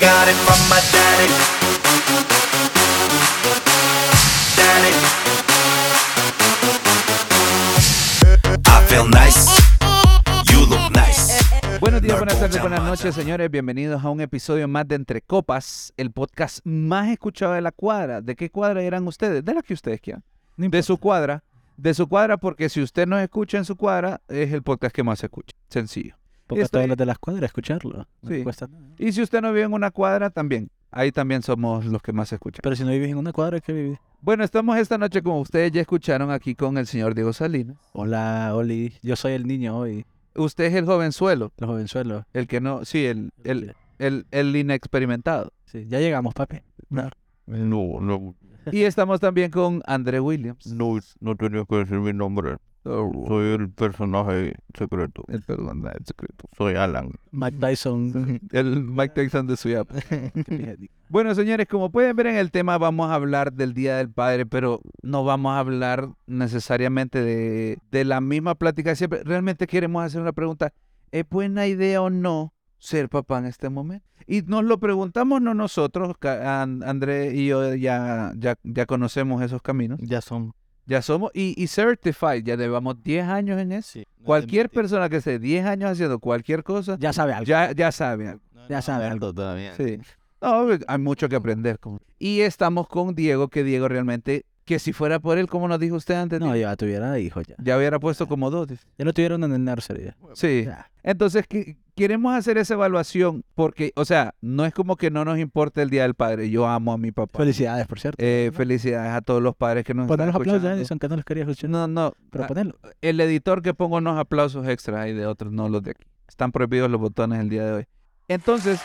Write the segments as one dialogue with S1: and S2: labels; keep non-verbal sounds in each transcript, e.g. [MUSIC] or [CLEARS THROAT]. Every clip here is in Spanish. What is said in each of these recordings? S1: got it from my daddy. Daddy. I feel nice. You look nice.
S2: Buenos días, buenas tardes, buenas noches, señores. Bienvenidos a un episodio más de Entre Copas, el podcast más escuchado de la cuadra. ¿De qué cuadra eran ustedes? De la que ustedes quieran.
S3: No
S2: De su cuadra. De su cuadra, porque si usted nos escucha en su cuadra, es el podcast que más se escucha. Sencillo.
S3: Porque a
S2: estoy-
S3: todos los de las cuadras escucharlo. No
S2: Sí.
S3: cuesta nada.
S2: Y si usted no vive en una cuadra, también. Ahí también somos los que más se escuchan.
S3: Pero si no vivís en una cuadra, ¿qué vivís?
S2: Bueno, estamos esta noche, como ustedes ya escucharon, aquí con el señor Diego Salinas.
S3: Hola, Oli. Yo soy el niño hoy,
S2: Usted es el jovenzuelo,
S3: los jovenzuelos.
S2: el que no, sí, el, el, el, el inexperimentado.
S3: Sí, ya llegamos, papi.
S4: No, no,
S2: Y estamos también con André Williams.
S4: no, no tenía que decir mi nombre. Soy el personaje secreto.
S2: El perdón, nada, el secreto.
S4: Soy Alan.
S2: [LAUGHS]
S3: Mike Tyson.
S2: El Mike Tyson de Suyapa.
S3: Qué pijadi-
S2: Bueno, señores, como pueden ver en el tema, vamos a hablar del Día del Padre, pero no vamos a hablar necesariamente de, de la misma plática de siempre. Realmente queremos hacer una pregunta. ¿Es buena idea o no ser papá en este momento? Y nos lo preguntamos no nosotros, ca- An- André y yo ya, ya, ya conocemos esos caminos.
S4: Ya son.
S2: Ya somos, y, y certified, ya llevamos 10 años en eso. Cualquier persona que esté 10 años haciendo cualquier cosa,
S3: Ya sabe algo.
S2: ya, ya sabe.
S3: ya sabe algo
S4: todavía.
S2: Sí. [LAUGHS] No, hay mucho que aprender. como- Y estamos con Diego, que Diego realmente, que si fuera por él, como nos dijo usted antes,
S3: No,
S2: Diego,
S3: ya tuviera hijos ya.
S2: ya hubiera puesto como dos. dice.
S3: Ya lo tuvieron en el nursery. ya.
S2: Sí.
S3: Ya.
S2: Entonces, que- queremos hacer esa evaluación porque, o sea, no es como que no nos importe el Día del Padre. Yo amo a mi papá.
S3: Felicidades, por cierto.
S2: Eh, felicidades a todos los padres que nos están
S3: Poner los aplausos,
S2: escuchando.
S3: Edison, que no los quería escuchar.
S2: No, no.
S3: Pero
S2: ah,
S3: ponerlo.
S2: el editor que ponga unos aplausos extras ahí de otros, no los de aquí. Están prohibidos los botones el día de hoy. Entonces,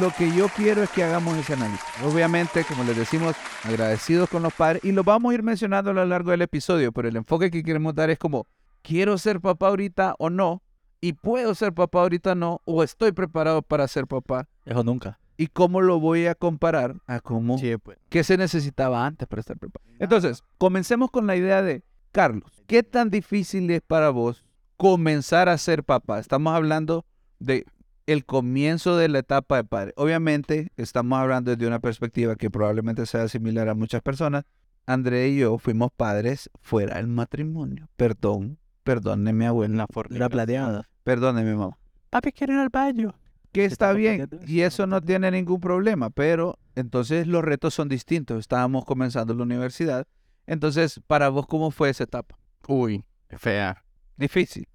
S2: lo que yo quiero es que hagamos ese análisis. Obviamente, como les decimos, agradecidos con los padres y lo vamos a ir mencionando a lo largo del episodio, pero el enfoque que queremos dar es como, quiero ser papá ahorita o no, y puedo ser papá ahorita o no, o estoy preparado para ser papá,
S3: Eso nunca.
S2: y cómo lo voy a comparar a cómo
S4: Sí, pues.
S2: ¿Qué se necesitaba antes para estar preparado? Entonces, comencemos con la idea de, Carlos, ¿qué tan difícil es para vos comenzar a ser papá? Estamos hablando de el comienzo de la etapa de padre. Obviamente, estamos hablando desde una perspectiva que probablemente sea similar a muchas personas. André y yo fuimos padres fuera del matrimonio. Perdón, perdóneme mi abuela,
S4: La fornicación.
S3: Era planeado.
S2: perdóneme mamá.
S3: Papi, quiero ir al baño.
S2: Que
S3: Se está
S2: está bien
S3: compartiendo,
S2: y
S3: se está
S2: eso no tiene ningún problema, pero entonces los retos son distintos. Estábamos comenzando la universidad, entonces para vos cómo fue esa etapa?
S4: Uy, fea.
S2: Difícil.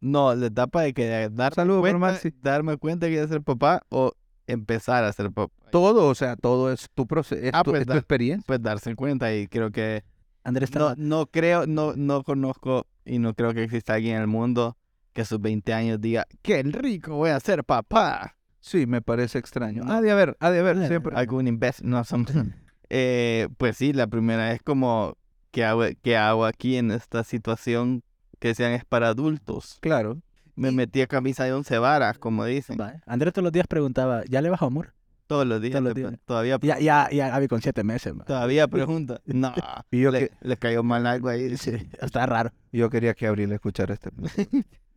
S4: No, la etapa de que de darme,
S2: Saludos, pero
S4: cuenta,
S2: Maxi.
S4: darme cuenta que iba a ser papá o empezar a ser papá.
S2: Todo, o sea, todo es tu proceso, es,
S4: Ah,
S2: tu,
S4: pues,
S2: es tu
S4: da.
S2: experiencia.
S4: Pues darse cuenta y creo que
S3: Andrés está
S4: no, no creo, no, no conozco y no creo que exista alguien en el mundo que a sus 20 años diga, qué rico voy a ser papá.
S2: Sí, me parece extraño.
S3: No.
S2: Ha de haber, ha de haber
S3: Claro.
S2: siempre.
S4: algún invest
S2: [CLEARS THROAT]
S3: [LAUGHS]
S4: no something. Eh, pues sí, la primera es como ¿qué hago, qué hago aquí en esta situación que sean es para adultos.
S2: Claro.
S4: Me metí a camisa de once varas, como dicen,
S3: Va, eh. Andrés todos los días preguntaba, ¿ya le bajó amor?
S4: todos los días.
S3: Todos los
S4: te-
S3: días.
S4: Todavía
S3: Ya, ya, ya, Gaby con siete meses. ma. [LAUGHS]
S4: todavía pregunta. No.
S2: Y yo,
S4: Le,
S2: que,
S4: le cayó mal algo ahí.
S3: Sí, está raro.
S2: yo quería que Abril escuchara [LAUGHS] este.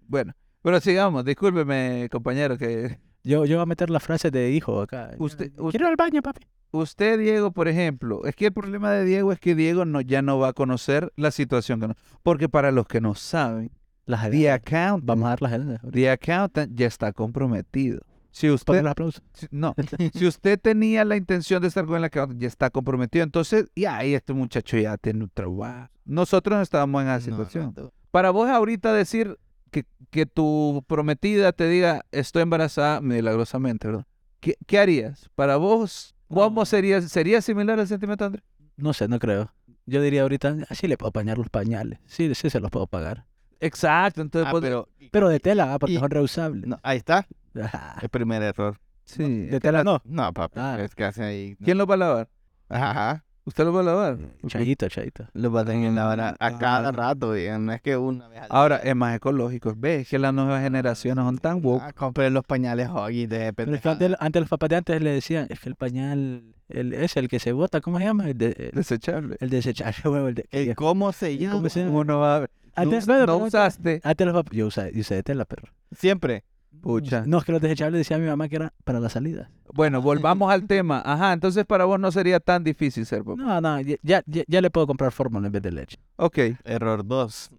S2: bueno, pero sigamos. Discúlpeme, compañero, que
S3: Yo, yo voy a meter la frase de hijo acá. Eh,
S2: usted,
S3: Quiero ir al baño, papi.
S2: Usted, Diego, por ejemplo, es que el problema de Diego es que Diego no, ya no va a conocer la situación que no. Porque para los que no saben,
S3: Las edades.
S2: The Accountant,
S3: Vamos a dar las edades. ahorita.
S2: The Accountant ya está comprometido. Si
S3: Poner
S2: usted,
S3: los aplausos.
S2: si- no, si usted tenía la intención de estar con el accountant, ya está comprometido. Entonces, y ahí este muchacho ya tiene un trabajo. Nosotros no estábamos en esa
S4: No,
S2: situación.
S4: no,
S2: Para vos ahorita decir que, que tu prometida te diga estoy embarazada milagrosamente, ¿verdad? ¿Qué, qué harías? Para vos, ¿cómo
S3: No.
S2: sería, sería similar el sentimiento, Andrés?
S3: No sé, no creo. Yo diría ahorita, así le puedo apañar los pañales. Sí, sí se los puedo pagar.
S2: Exacto, entonces
S4: Ah,
S2: pues,
S4: pero
S3: Pero de tela, ah, porque
S4: Y-
S3: son reusables.
S4: no, ahí está.
S3: Ajá.
S4: El primer error.
S2: sí.
S3: De tela no.
S4: No, papi.
S3: Ah.
S4: Es que hacen ahí. no.
S2: ¿Quién lo va a lavar?
S4: Ajá.
S2: ¿Usted lo va a lavar?
S3: Mm. Chayito, chayito.
S4: Lo pasan en la vara a
S2: Ah.
S4: cada rato. digan, No es que una vez al
S2: Ahora,
S4: día.
S2: es más ecológico. Ves que las nuevas generaciones son tan woke.
S4: Ah, compré los pañales hoy de
S3: Pero es que
S4: pendejada.
S3: antes, antes los papás de antes le decían, es que el pañal el, es el que se bota, ¿cómo se llama? El, de, el,
S2: Desechable.
S3: el desechable, huevo, el de-
S4: El cómo se llama.
S3: cómo se llama?
S2: Uno va a...
S3: Antes,
S2: no,
S3: no,
S2: no
S3: pero-
S2: usaste.
S3: Antes los papás, yo usé, yo usé de tela, pero
S4: Siempre.
S2: Pucha.
S3: No, es que los desechables decía mi mamá que era para las salidas.
S2: Bueno, volvamos al tema. Ajá, entonces para vos no sería tan difícil ser papá.
S3: No, no, ya, ya, ya- ya le puedo comprar fórmula en vez de [LAUGHS] leche.
S2: Ok.
S4: Error 2.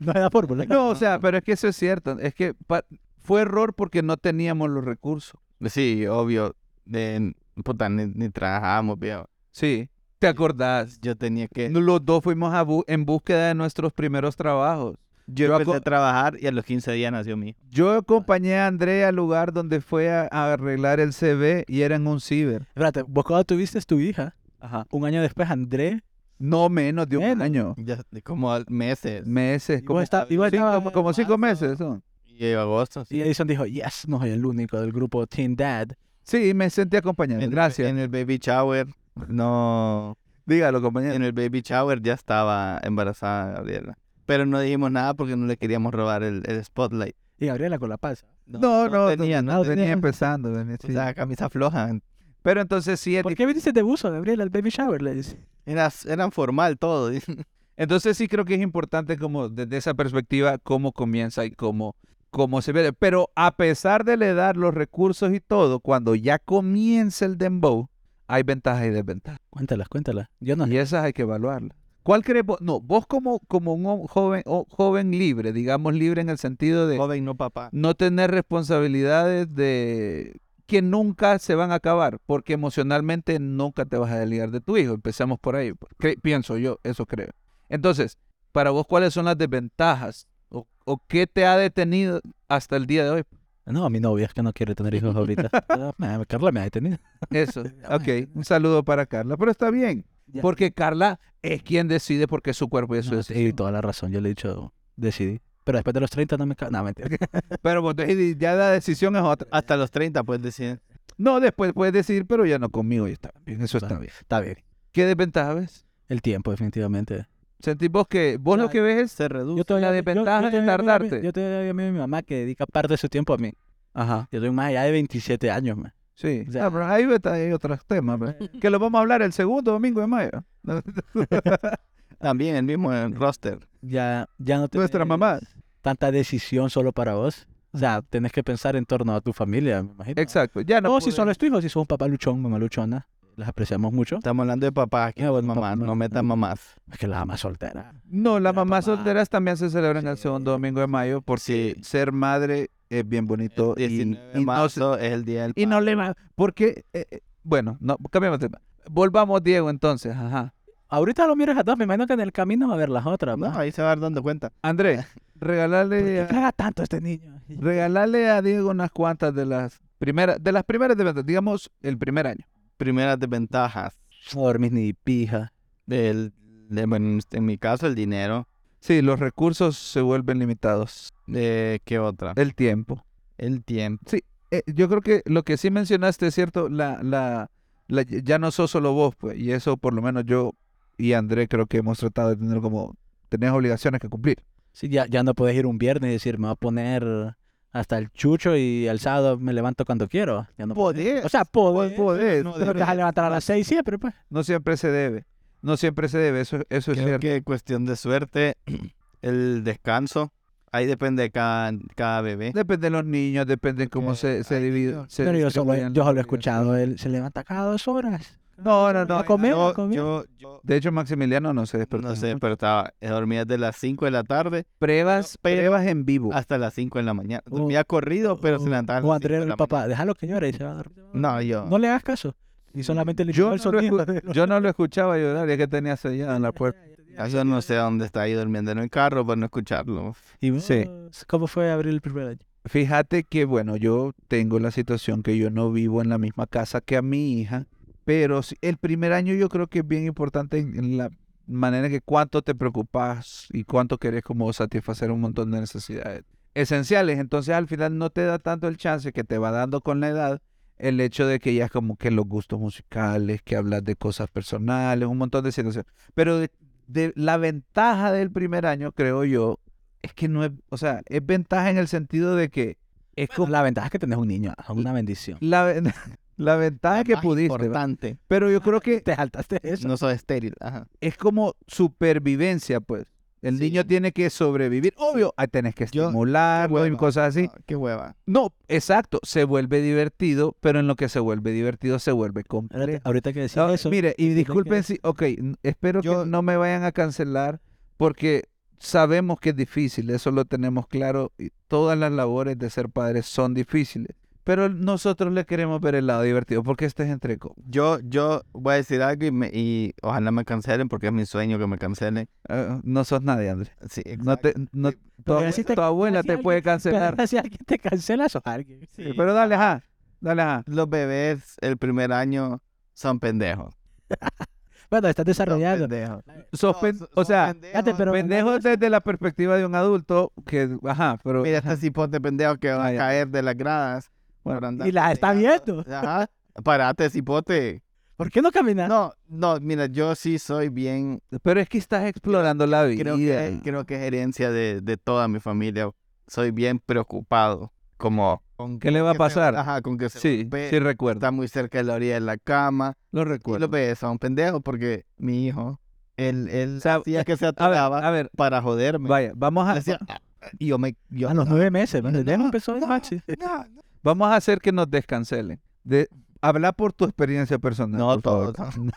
S3: No era fórmula. [LAUGHS]
S2: No, o sea, pero es que eso es cierto. Es que pa- fue error porque no teníamos los recursos.
S4: Sí, obvio. De, puta, ni, ni trabajábamos, viejo.
S2: Sí. ¿Te acordás?
S4: Yo tenía que...
S2: Los dos fuimos a bu- en búsqueda de nuestros primeros trabajos.
S4: Yo,
S2: yo
S4: empecé
S2: aco-
S4: a trabajar y a los 15 días nació mi hijo.
S2: Yo acompañé a André al lugar donde fue a, a arreglar el CV y era en un ciber.
S3: Espérate, vos cuando tuviste tu hija,
S2: Ajá.
S3: un año después André,
S2: No menos de un
S3: Menos.
S2: año.
S4: Ya, de como al- meses.
S2: Meses.
S3: Y
S2: Como,
S3: vos está- y vos
S2: cinco-
S3: estabas en
S2: como cinco
S4: marzo.
S2: meses. son.
S4: Y en agosto. sí.
S3: y Edison dijo, yes, no soy el único del grupo Teen Dad.
S2: Sí, me sentí acompañado.
S4: En el-
S2: Gracias.
S4: En el baby shower, no...
S2: Dígalo, compañero.
S4: En el baby shower ya estaba embarazada Gabriela. Pero no dijimos nada porque no le queríamos robar el, el spotlight.
S3: Y Gabriela con la [LAUGHS] paz.
S2: No, no,
S4: tenía, no,
S2: venía
S4: tenía.
S2: empezando. venía-
S4: O
S2: pues, sí.
S4: sea, camisa floja.
S2: Pero entonces sí es
S3: ¿Por qué viniste de buzo, Gabriela, al baby shower? Le dice.
S4: Era, eran formal todo. dice.
S2: Entonces sí creo que es importante como desde esa perspectiva cómo comienza y cómo, cómo se ve. Pero a pesar de la edad, los recursos y todo, cuando ya comienza el dembow, hay ventajas y desventajas.
S3: Cuéntalas, cuéntalas. Yo no.
S2: Y esas hay que evaluarlas. ¿Cuál crees vos? No, vos como, como un ho- joven, o- joven libre, digamos libre en el sentido de
S4: Joven, no papá.
S2: no tener responsabilidades de que nunca se van a acabar, porque emocionalmente nunca te vas a desligar de tu hijo. Empezamos por ahí, por- cre- pienso yo, eso creo. Entonces, para vos, ¿cuáles son las desventajas o, o qué te ha detenido hasta el día de hoy?
S3: No, mi novia es que no quiere tener hijos [LAUGHS] ahorita. Ah, ma- Carla me ha detenido. [LAUGHS]
S2: Eso, ok, un saludo para Carla, pero está bien, porque Carla es quien decide porque es su cuerpo y es su
S3: No, sí,
S2: decisión.
S3: toda la razón. Yo le he dicho, decidí. Pero después de los 30 no me... ca- No, mentira. [LAUGHS]
S2: Pero vos decidís, ya la decisión es otra. Ah,
S4: Hasta los pues, 30 puedes decir.
S2: No, después puedes decidir, pero ya no conmigo y está bien, eso está bien.
S3: Está bien.
S2: ¿Qué desventajas ves?
S3: El tiempo, definitivamente.
S2: Sentís vos que vos lo
S3: Ya,
S2: que ves es
S4: Se reduce.
S3: Yo todavía,
S2: la
S3: yo- yo
S2: desventaja es
S3: todavía miro a mi-
S2: tardarte.
S3: Yo todavía miro a mi mamá que dedica parte de su tiempo a mí.
S2: Ajá,
S3: Yo soy más allá de 27 años, man.
S2: sí.
S3: O sea-
S2: Ah, pero ahí está- hay otros temas, pues, que los vamos a hablar el segundo domingo de mayo.
S4: También el mismo en roster.
S3: Ya, ya no
S2: Nuestra mamá.
S3: tenés Tanta decisión solo para vos. O sea, tenés que pensar en torno a tu familia, me imagino.
S2: Exacto, ya no. pues,
S3: No, si
S2: podés.
S3: son los tuyos, si son un papá luchón, mamá luchona. Las apreciamos mucho.
S4: Estamos hablando de papá. Aquí
S3: Ah, bueno,
S4: mamá,
S3: papá,
S4: no
S3: no.
S4: metan mamás.
S3: Es que la ama soltera.
S2: No, las
S3: La
S2: mamás
S3: mamá.
S2: solteras también se celebran el segundo domingo de mayo porque
S4: Sí.
S2: ser madre es bien bonito
S4: El
S2: y,
S4: 19 de
S2: y no, se-
S4: marzo es el día del
S2: y no
S4: padre.
S2: le va. Porque, eh, eh, bueno, no, cambiamos de tema. Volvamos, Diego, entonces. Ajá.
S3: Ahorita lo miras a dos, me imagino que en el camino va a ver las otras.
S4: No,
S3: No,
S4: ahí se va a dar dando cuenta.
S2: Andrés, regalarle a-
S3: caga tanto este niño?
S2: regalarle a Diego unas cuantas de las primeras, de las primeras de verdad, digamos el primer año.
S4: Primeras desventajas.
S3: No dormís ni pija.
S4: El, de- bueno, en mi caso, el dinero.
S2: Sí, los recursos se vuelven limitados.
S4: Eh, ¿Qué otra?
S2: El tiempo.
S4: El tiempo.
S2: Eh, yo creo que lo que sí mencionaste es cierto, la, la, la- ya no sos solo vos, pues, y eso por lo menos yo y André creo que hemos tratado de tener como, tenés obligaciones que cumplir.
S3: Sí, ya, ya no puedes ir un viernes y decir, me voy a poner hasta el chucho y el sábado me levanto cuando quiero. Ya no
S4: Podés.
S3: O sea, puedo.
S2: Podés,
S4: no
S3: Pero te vas a levantar a las seis siempre, pues.
S2: No siempre se debe, no siempre se debe, eso, eso es
S4: Creo
S2: cierto.
S4: que cuestión de suerte, [CLEARS THROAT] el descanso. Ahí depende de cada, cada bebé.
S2: Depende de los niños, depende de cómo
S4: que
S2: se, se
S4: hay
S2: divide.
S4: niños-
S2: se
S3: Pero yo solo,
S2: distribuyen
S3: yo
S2: las obligaciones.
S3: solo he escuchado, él se levanta cada dos horas.
S2: No, no, no.
S3: A comer,
S4: yo,
S3: a comer.
S4: yo- yo
S2: De hecho, Maximiliano no se despertó.
S4: no se despertaba. eh, Dormía desde las 5 de la tarde
S2: Pruebas,
S4: pero-
S2: pruebas en
S3: Uh.
S2: vivo.
S4: hasta las 5 de la mañana.
S3: Oh.
S4: Dormía corrido, pero se levantaba a
S3: O
S4: las cinco
S3: Andrés,
S4: de
S3: Uh. el
S4: la
S3: papá, déjalo que llore y se va a dormir.
S4: mañana. No, yo.
S3: No le hagas caso. Y solamente le
S2: Yo no,
S3: el
S2: lo
S3: sonido. [LAUGHS]
S2: escu- yo no lo escuchaba llorar, ya que tenía sellada en la puerta.
S4: Ah, Yo no sé dónde está ahí durmiendo en el carro para no escucharlo.
S3: Y vos,
S2: Sí.
S3: ¿Cómo fue abrir el primer año?
S2: Fíjate que, bueno, yo tengo la situación que yo no vivo en la misma casa que a mi hija, pero sí- el primer año yo creo que es bien importante en, en la manera que cuánto te preocupas y cuánto querés como satisfacer un montón de necesidades esenciales. Entonces al final no te da tanto el chance que te va dando con la edad el hecho de que ya es como que los gustos musicales, que hablas de cosas personales, un montón de situaciones. Pero de- de la ventaja del primer año, creo yo, es que no es, o sea, es ventaja en el sentido de que es como
S3: La ventaja es que tenés un niño, es una bendición.
S2: la, ven- [LAUGHS] la ventaja
S4: La
S2: que
S4: más
S2: pudiste, ¿va?
S4: Importante.
S2: pero yo creo que
S3: Te saltaste eso.
S4: No soy estéril. Ajá.
S2: es como supervivencia, pues. El
S4: Sí.
S2: niño tiene que sobrevivir. Obvio, ahí tenés que
S4: Yo- qué
S2: estimularlo y
S4: hueva.
S2: cosas así.
S4: Ah, qué hueva.
S2: No, exacto, se vuelve divertido, pero en lo que se vuelve divertido se vuelve complejo.
S3: Ahorita- Ahorita que decís
S2: No,
S3: eso.
S2: mire, y
S3: tenés que-
S2: disculpen si, ok, n- espero
S4: Yo-
S2: que no me vayan a cancelar porque sabemos que es difícil, eso lo tenemos claro y todas las labores de ser padres son difíciles, pero nosotros le queremos ver el lado divertido porque este es entre co-
S4: Yo, yo voy a decir algo y, me- y ojalá me cancelen porque es mi sueño que me cancelen.
S2: Ah, no sos nadie, Andrés.
S4: Sí,
S2: No te, no, tu, abue-
S3: así te-
S2: tu abuela
S3: así
S2: te
S3: alguien-
S2: puede cancelar.
S3: Pero si alguien te cancela, sos alguien.
S4: Sí.
S2: Pero dale, ajá, dale, ajá.
S4: Los bebés el primer año son pendejos.
S3: Bueno, estás
S4: Son
S3: desarrollando.
S4: pendejos.
S2: Sos
S4: No,
S2: pen-
S4: son-
S2: o
S4: son
S2: sea,
S3: Fíjate, pero-
S2: pendejo desde la perspectiva de un adulto que, ajá, pero
S4: Mira estos tipos de pendejos que van
S2: Ah,
S4: a
S2: ya.
S4: caer de las gradas.
S2: Bueno,
S4: por andar
S3: y las está
S4: peleando.
S3: viendo.
S4: Ajá. Parate, cipote.
S3: ¿Por qué no
S2: Ah.
S3: caminas?
S4: No, no, mira, yo sí soy bien.
S2: pero es que estás explorando la vida.
S4: Creo que, es- creo que es herencia de, de toda mi familia. Soy bien preocupado. Como. con-
S2: ¿Qué le va a
S4: que se-
S2: pasar?
S4: ajá, con que se
S2: sí,
S4: golpee,
S2: sí recuerdo,
S4: Está muy cerca de la orilla de la cama.
S2: lo
S4: Y
S2: recuerdo.
S4: los bebés son pendejos porque mi hijo, él, él
S2: O sea, eh,
S4: hacía que se
S2: A ver,
S4: atoraba
S2: a ver,
S4: para joderme.
S2: vaya, vamos
S4: Le
S2: a,
S4: hacía, "Ah, ah", y yo me. Yo
S3: a los nueve meses, ¿no?
S4: No,
S3: Desde que empezó el
S4: no,
S3: match.
S4: No, no,
S2: vamos a hacer que nos descancelen. De, habla por tu experiencia personal.
S4: no,
S2: por favor.
S4: todos,
S2: [LAUGHS]
S4: no.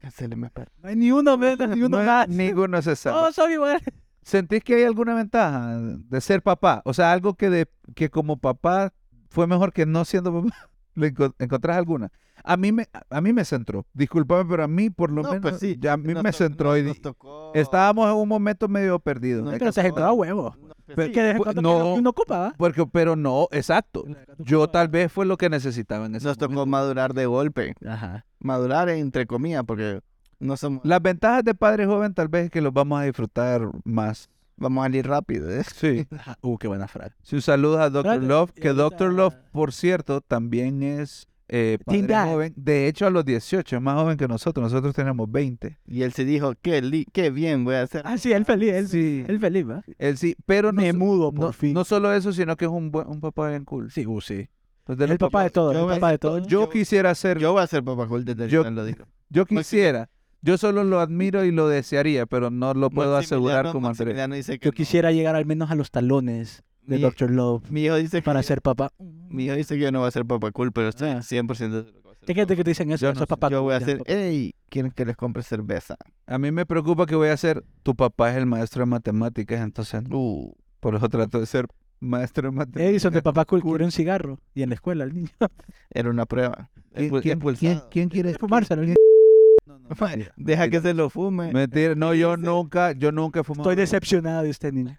S4: Cancéleme, perro.
S3: No hay ni uno, men, ni uno
S2: No es-
S3: más.
S2: ninguno se salva.
S3: Todos son iguales.
S2: ¿Sentís que hay alguna ventaja de ser papá? O sea, algo que, de, que como papá fue mejor que no siendo papá. [LAUGHS] ¿Le enco- encontrás alguna? A mí me, a mí me centró. Discúlpame, pero a mí por lo
S4: No,
S2: menos
S4: pues sí,
S2: ya a mí
S4: Nos
S2: me
S4: to-
S2: centró.
S4: nos-
S2: y di-
S4: nos tocó-
S2: estábamos en un momento medio perdido.
S4: nos
S3: pero se
S4: tocó-
S3: sentó a huevo.
S4: No, pues
S2: Pero-
S4: sí,
S3: Que de vez en
S2: Pues,
S3: cuando
S2: no.
S3: que uno- que uno ocupa, ¿va?
S2: Porque, pero no, exacto. Yo tal vez fue lo que necesitaba en ese
S4: nos tocó
S2: momento.
S4: madurar de golpe.
S3: Ajá.
S4: Madurar entre comillas, porque no somos.
S2: Las ventajas de padre joven tal vez es que los vamos a disfrutar más.
S4: Vamos a salir rápido. ¿eh?
S2: Sí.
S3: Uh, qué buena frase.
S2: [LAUGHS] Si saludos a Dr.
S3: Espérate,
S2: Love,
S3: y
S2: que
S3: ahorita-
S2: Dr. Love, por cierto, también es eh,
S3: Teen
S2: padre
S3: Dad.
S2: joven. De hecho, a los 18 es más joven que nosotros. Nosotros tenemos 20.
S4: Y él se dijo, qué, li- qué bien voy a hacer.
S3: Ah, sí, él feliz, él,
S2: Sí.
S3: él feliz, ¿va?
S2: Él sí, pero no,
S3: Me
S2: so-
S3: mudo, por
S2: no,
S3: fin.
S2: no solo eso, sino que es un, buen- un papá bien cool.
S3: Sí, uh, sí.
S2: Pues de
S3: El
S2: los
S3: papá de
S2: papás-
S3: todos,
S4: yo
S3: el
S4: voy a
S3: papá de
S4: decir-
S3: todos.
S2: Yo
S4: yo-
S2: quisiera ser, yo,
S4: Yo voy a ser papá cool desde
S2: Yo-
S4: ahorita, lo digo.
S2: quisiera, yo solo lo admiro y lo desearía, pero no lo puedo asegurar
S4: Maximiliano-
S2: como Andrés.
S4: Maximiliano dice que
S3: Yo
S4: no.
S3: quisiera llegar al menos a los talones de
S4: Mi-
S3: Dr. Love
S4: Mi hijo dice que
S3: para ser papá.
S4: Mi hijo dice que yo no voy a ser papá cool, pero estoy
S3: Ah.
S4: 100% seguro que voy a ser
S3: ¿Qué gente que te dicen
S4: [LAUGHS]
S3: eso?
S2: Yo
S3: Eso
S2: no sé,
S3: es
S4: papá
S3: papá.
S4: cool. Yo voy a
S3: ya,
S4: hacer,
S3: papá.
S4: hey, ¿quieren que les compre cerveza?
S2: A mí me preocupa que voy a ser tu papá es el maestro de matemáticas, entonces
S4: Uh,
S2: por eso trato de ser maestro de matemáticas.
S3: Edison de papá cool quiere un cigarro y en la escuela el niño
S4: era una prueba.
S2: ¿Quién-
S4: Empu-
S2: quién-
S4: impulsado.
S2: quién- quién quiere?
S3: quiere fumárselo. el niño.
S4: [LAUGHS] Madre, Deja que se lo
S2: [LAUGHS]
S4: fume.
S2: Mentira, no, yo nunca, yo nunca he fumado.
S3: Estoy decepcionado de este niño.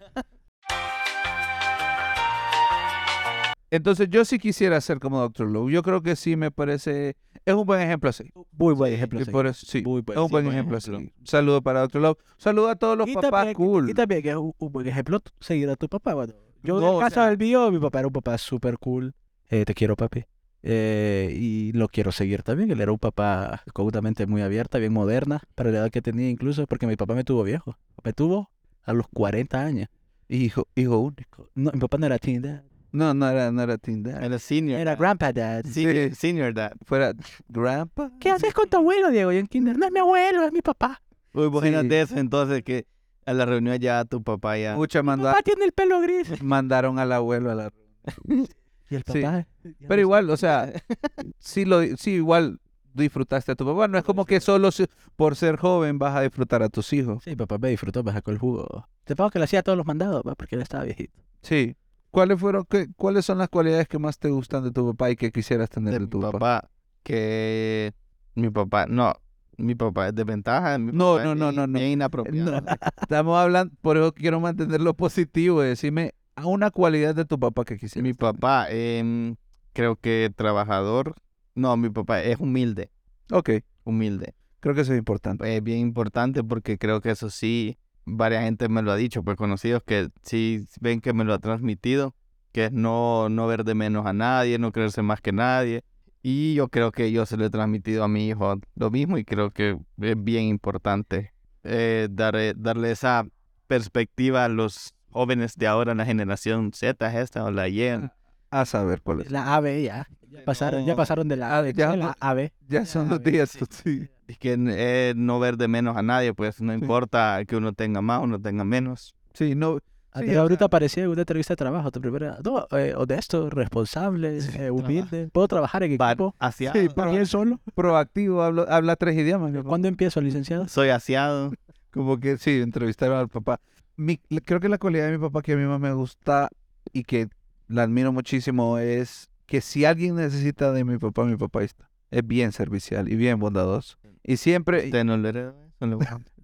S2: Entonces yo sí quisiera ser como Dr. Love. Yo creo que sí me parece, es un buen ejemplo así.
S3: Muy buen
S4: Sí,
S3: ejemplo.
S2: Que
S3: sí.
S2: por eso- sí,
S3: Muy buen-
S2: es un
S3: sí,
S2: buen
S3: buen
S2: ejemplo
S3: ejemplo.
S2: así. Un saludo para Dr. Love. Un Saludo a todos los
S3: Y
S2: papás
S3: también-
S2: cool.
S3: Y también que es un, un buen ejemplo t- seguir a tu papá. Bueno, yo
S2: No,
S3: en
S2: o
S3: casa
S2: sea-
S3: del mío, mi papá era un papá súper cool. Eh, te quiero, papi. Eh, y lo quiero seguir también. Él era un papá con una mente muy abierta, bien moderna, para la edad que tenía incluso, porque mi papá me tuvo viejo. Me tuvo a los 40 años.
S2: Hijo, hijo único.
S3: No, mi papá no era teen dad,
S2: No, no era, no era teen dad.
S4: Era senior.
S3: era
S4: dad.
S3: grandpa dad.
S4: Senior, senior dad.
S2: Fuera grandpa.
S3: ¿Qué haces con tu abuelo, Diego? Yo en kinder, no es mi abuelo, es mi papá.
S4: Uy, vos eras
S2: Sí.
S4: de eso entonces que a la reunión ya tu papá ya.
S2: Mucha manda-
S3: Papá tiene el pelo gris.
S2: mandaron al abuelo a la
S3: Eh, Y el
S2: Sí.
S3: papá. eh,
S2: Pero igual, o sea, [LAUGHS] sí, lo, sí igual disfrutaste a tu papá. No es como que solo si- por ser joven vas a disfrutar a tus hijos.
S3: Sí, papá me disfrutó, me sacó el jugo. Te pago que le hacía todos los mandados, va, porque él estaba viejito.
S2: Sí. ¿Cuáles fueron, qué- cuáles son las cualidades que más te gustan de tu papá y que quisieras tener
S4: de
S2: de,
S4: mi
S2: tu
S4: papá.
S2: papá?
S4: Que mi papá, no, mi papá es desventaja. mi
S2: No,
S4: papá
S2: no,
S4: es
S2: no,
S4: in-
S2: no, no.
S4: Es inapropiado.
S2: No, estamos hablando, por eso quiero mantener lo positivo. y Decime a una cualidad de tu papá que quisieras.
S4: Mi papá, em, creo que trabajador. No, mi papá es humilde,
S2: Ok,
S4: humilde.
S2: creo que eso es importante.
S4: Es eh, bien importante porque creo que eso sí, varias gente me lo ha dicho, pues conocidos que sí ven que me lo ha transmitido, que es no, no ver de menos a nadie, no creerse más que nadie. Y yo creo que yo se lo he transmitido a mi hijo lo mismo y creo que es bien importante eh, dar, eh, darle esa perspectiva a los jóvenes de ahora, la generación Z, es esta o la Y.
S2: A saber cuál es.
S3: La AB ya. Pasaron, ya
S4: No,
S3: pasaron de la
S2: Ah,
S3: A de
S2: Pues ya
S3: la
S2: no-
S3: AB.
S2: Ya son los días. Sí.
S4: Es que eh, no ver de menos a nadie, pues no importa que uno tenga más, uno tenga menos.
S2: Sí, no,
S3: A
S2: Sí,
S3: ti
S2: o sea-
S3: Ah, ahorita parecía en una entrevista de trabajo, tu primera, no, eh, honesto, responsable, eh, humilde, puedo trabajar en
S4: Va-
S3: equipo,
S4: asia-
S2: Sí, pero- eh,
S3: bien solo.
S2: proactivo, hablo- habla tres idiomas. mi papá.
S3: ¿Cuándo empiezo, licenciado?
S4: Soy aseado.
S2: Como que sí, entrevistaron al papá. Mi- la- creo que la cualidad de mi papá que a mí más me gusta y que la admiro muchísimo es que si alguien necesita de mi papá, mi papá ahí está. Es bien servicial y bien bondadoso. Y siempre...
S4: Usted no lo heredó, eso le-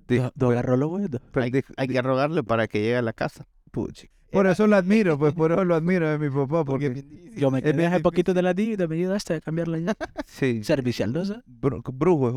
S2: Sí.
S3: Do- do- agarró lo bueno.
S2: pero
S4: hay,
S2: di-
S4: hay que rogarle para que llegue a la casa.
S2: puchi. Por eso lo admiro, pues por eso lo admiro de mi papá,
S4: Porque
S2: porque...
S3: Yo me
S2: Es
S3: quedé
S2: bien
S3: hace poquito de la dieta, me ayudaste a cambiar la
S2: Sí,
S3: servicial, ¿no? sé?
S2: bru- brujo es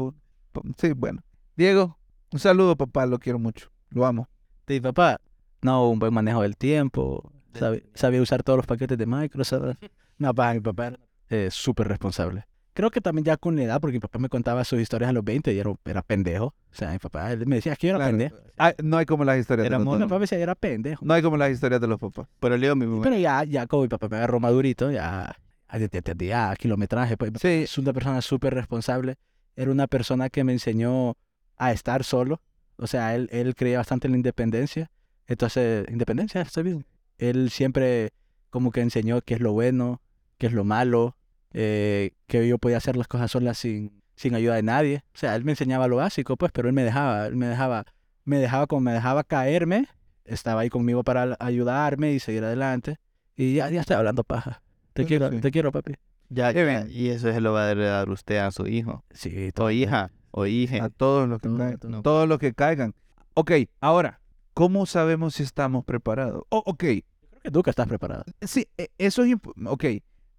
S2: un- Sí, bueno. Diego, un saludo papá, lo quiero mucho. Lo amo.
S3: De mi papá, no, un buen manejo del tiempo, sabe- sabía usar todos los paquetes
S2: [LAUGHS]
S3: de Microsoft. No, pa, mi papá era eh, súper responsable. Creo que también ya con la edad, porque mi papá me contaba sus historias a los 20 y era, era pendejo. O sea, mi papá él me decía que yo era
S2: Claro.
S3: pendejo.
S2: Ah, no hay como las historias de
S4: Era
S2: los
S3: Mi
S4: mono.
S3: papá
S2: papás.
S3: me decía que era pendejo.
S2: No hay como las historias de los papás.
S4: Pero le digo, mi mamá,
S3: Pero ya, ya como mi papá me agarró madurito, ya, ya, ya, ya, ya, kilometraje, pues,
S2: Sí,
S3: es una persona súper responsable. Era una persona que me enseñó a estar solo. O sea, él, él creía bastante en la independencia. Entonces, independencia, estoy bien. Él siempre como que enseñó qué es lo bueno, qué es lo malo, eh, que yo podía hacer las cosas sola sin, sin ayuda de nadie. O sea, él me enseñaba lo básico, pues, pero él me dejaba, él me dejaba, me dejaba como me dejaba caerme, estaba ahí conmigo para al- ayudarme y seguir adelante. Y ya, ya estoy hablando paja. Te
S2: Sí,
S3: quiero,
S2: sí.
S3: te quiero, papi.
S4: ya,
S2: Qué
S4: ya-
S2: bien.
S4: y eso se lo va a heredar usted a su hijo.
S3: Sí,
S4: O hija, o
S2: a
S4: [LAUGHS] hija.
S2: todos los que
S3: Todos,
S2: caigan.
S3: todos.
S2: Todos los que caigan. Ok, ahora, ¿cómo sabemos si estamos preparados? Oh, ok,
S3: Creo que tú que estás preparada.
S2: sí, e- eso es... imp- Ok,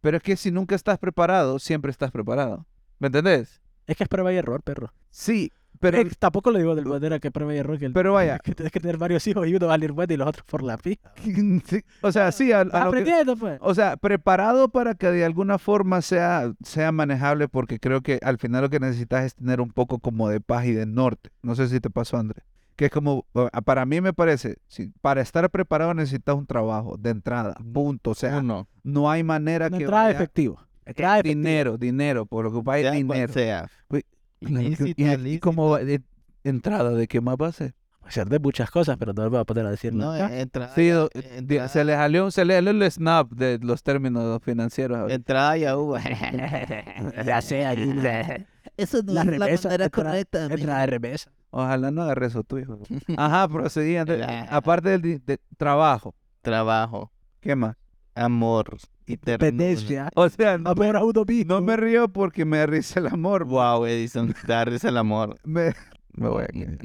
S2: pero es que si nunca estás preparado, siempre estás preparado. ¿Me entendés?
S3: Es que es prueba y error, perro.
S2: Sí, pero...
S3: Eh, tampoco lo digo de manera que prueba y error. Que el-
S2: Pero vaya.
S3: [LAUGHS] Que tienes que tener varios hijos y uno va a ir bueno y los otros por la pija.
S2: [LAUGHS] sí, o sea, sí, a- a lo que-
S3: Aprendiendo, pues.
S2: o sea, preparado para que de alguna forma sea, sea manejable, porque creo que al final lo que necesitas es tener un poco como de paz y de norte. No sé si te pasó, Andrés. Que es como, o- para mí me parece, si- para estar preparado necesitas un trabajo de entrada, punto. O sea,
S4: Uno.
S2: No hay manera
S3: Una
S2: que
S3: entrada
S2: vaya-
S3: efectivo.
S2: Eh,
S3: Entrada efectiva.
S2: dinero, dinero, por lo que vaya
S4: Sea cual
S2: dinero.
S4: sea.
S2: Güey, Claro que-
S4: Ilícito,
S2: y, aquí
S4: lícito.
S2: como va de entrada de qué más va a ser.
S3: Puede ser de muchas cosas, pero no me voy a poner a decir
S4: No,
S3: nada.
S4: entra.
S2: Sí, do- di-
S4: entra-
S2: se le salió, se le salió el snap de los términos financieros. ahorita.
S4: Entrada
S2: [LAUGHS]
S4: ya hubo.
S3: Ya sea. [LAUGHS] Eso no es la manera correcta. Entrada de revés.
S2: Ojalá no agarre eso tuyo. Ajá, procedí. Andrés.
S4: Claro.
S2: Aparte del di- de trabajo,
S4: [LAUGHS] Trabajo,
S2: ¿qué más?
S4: amor y ternura.
S3: Pendencia.
S2: O sea,
S3: A
S2: no,
S3: ver, a uno mismo.
S2: no me río porque me risa el amor. bo-
S4: Wow, Edison, darles el amor.
S2: Me, me voy a quedar.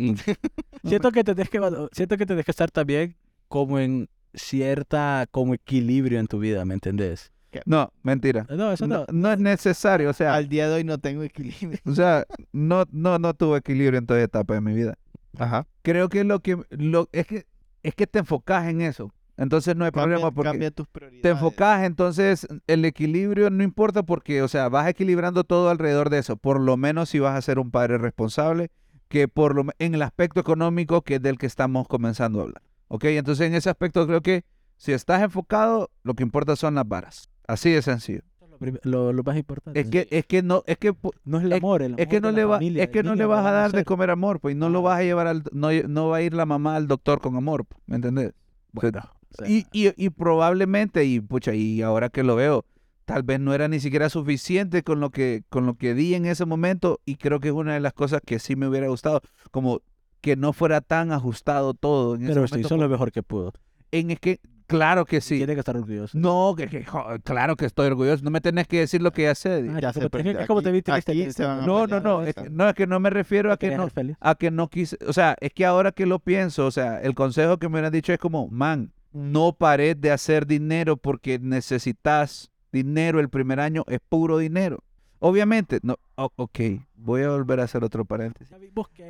S3: Siento que tenés que, valo- siento que tenés que estar también como en cierta, como equilibrio en tu vida, ¿me entendés?
S2: No, mentira.
S3: No, eso
S2: No,
S3: no.
S2: no es necesario. O sea,
S4: [LAUGHS] Al día de hoy no tengo equilibrio.
S2: o sea no, no, no tuve equilibrio en toda etapa de mi vida.
S4: Ajá.
S2: creo que lo que lo es que es que te enfocas en eso. Entonces no hay problema
S4: Cambia,
S2: porque
S4: cambia tus
S2: te
S4: prioridades.
S2: enfocas, entonces el equilibrio no importa porque, o sea, vas equilibrando todo alrededor de eso. Por lo menos si vas a ser un padre responsable, que por lo me- en el aspecto económico que es del que estamos comenzando a hablar. ¿Ok? Entonces en ese aspecto creo que si estás enfocado, lo que importa son las varas. Así de sencillo.
S3: Lo prim- Lo, lo más importante.
S2: Es que, es que no, es que po-
S3: No es el
S2: Es-
S3: amor, el amor
S2: es que no
S3: de la
S2: le va,
S3: familia,
S2: es
S3: del
S2: que no
S3: niño
S2: le vas a
S3: va
S2: dar de
S3: nacer.
S2: comer amor, pues no lo vas a llevar al, no, no va a ir la mamá al doctor con amor, pues, ¿me entendés?
S3: Bueno, o sea,
S2: Y, y- y probablemente, y pucha, y ahora que lo veo, tal vez no era ni siquiera suficiente con lo que, con lo que di en ese momento, y creo que es una de las cosas que sí me hubiera gustado, como que no fuera tan ajustado todo en ese
S3: pero se hizo
S2: momento.
S3: lo mejor que pudo.
S2: En es que, claro que sí.
S3: Tiene que estar orgulloso.
S2: No, que, que, jo- claro que estoy orgulloso. No me tenés que decir lo que ya sé.
S3: Ah,
S4: Ya
S3: es
S4: se
S3: como-
S4: perdió.
S3: es como te
S4: Aquí-
S3: viste que
S4: aquí
S3: te-
S4: se van a
S2: No,
S3: pues
S2: no, no. este Es
S4: Esa.
S2: que, no, es que no me refiero a que
S3: Querías
S2: no,
S3: ser feliz.
S2: a que no quise, o sea, es que ahora que lo pienso, o sea, el consejo que me hubieran dicho es como, man, no pares de hacer dinero porque necesitas dinero el primer año, es puro dinero. Obviamente, no, o- ok, voy a volver a hacer otro paréntesis.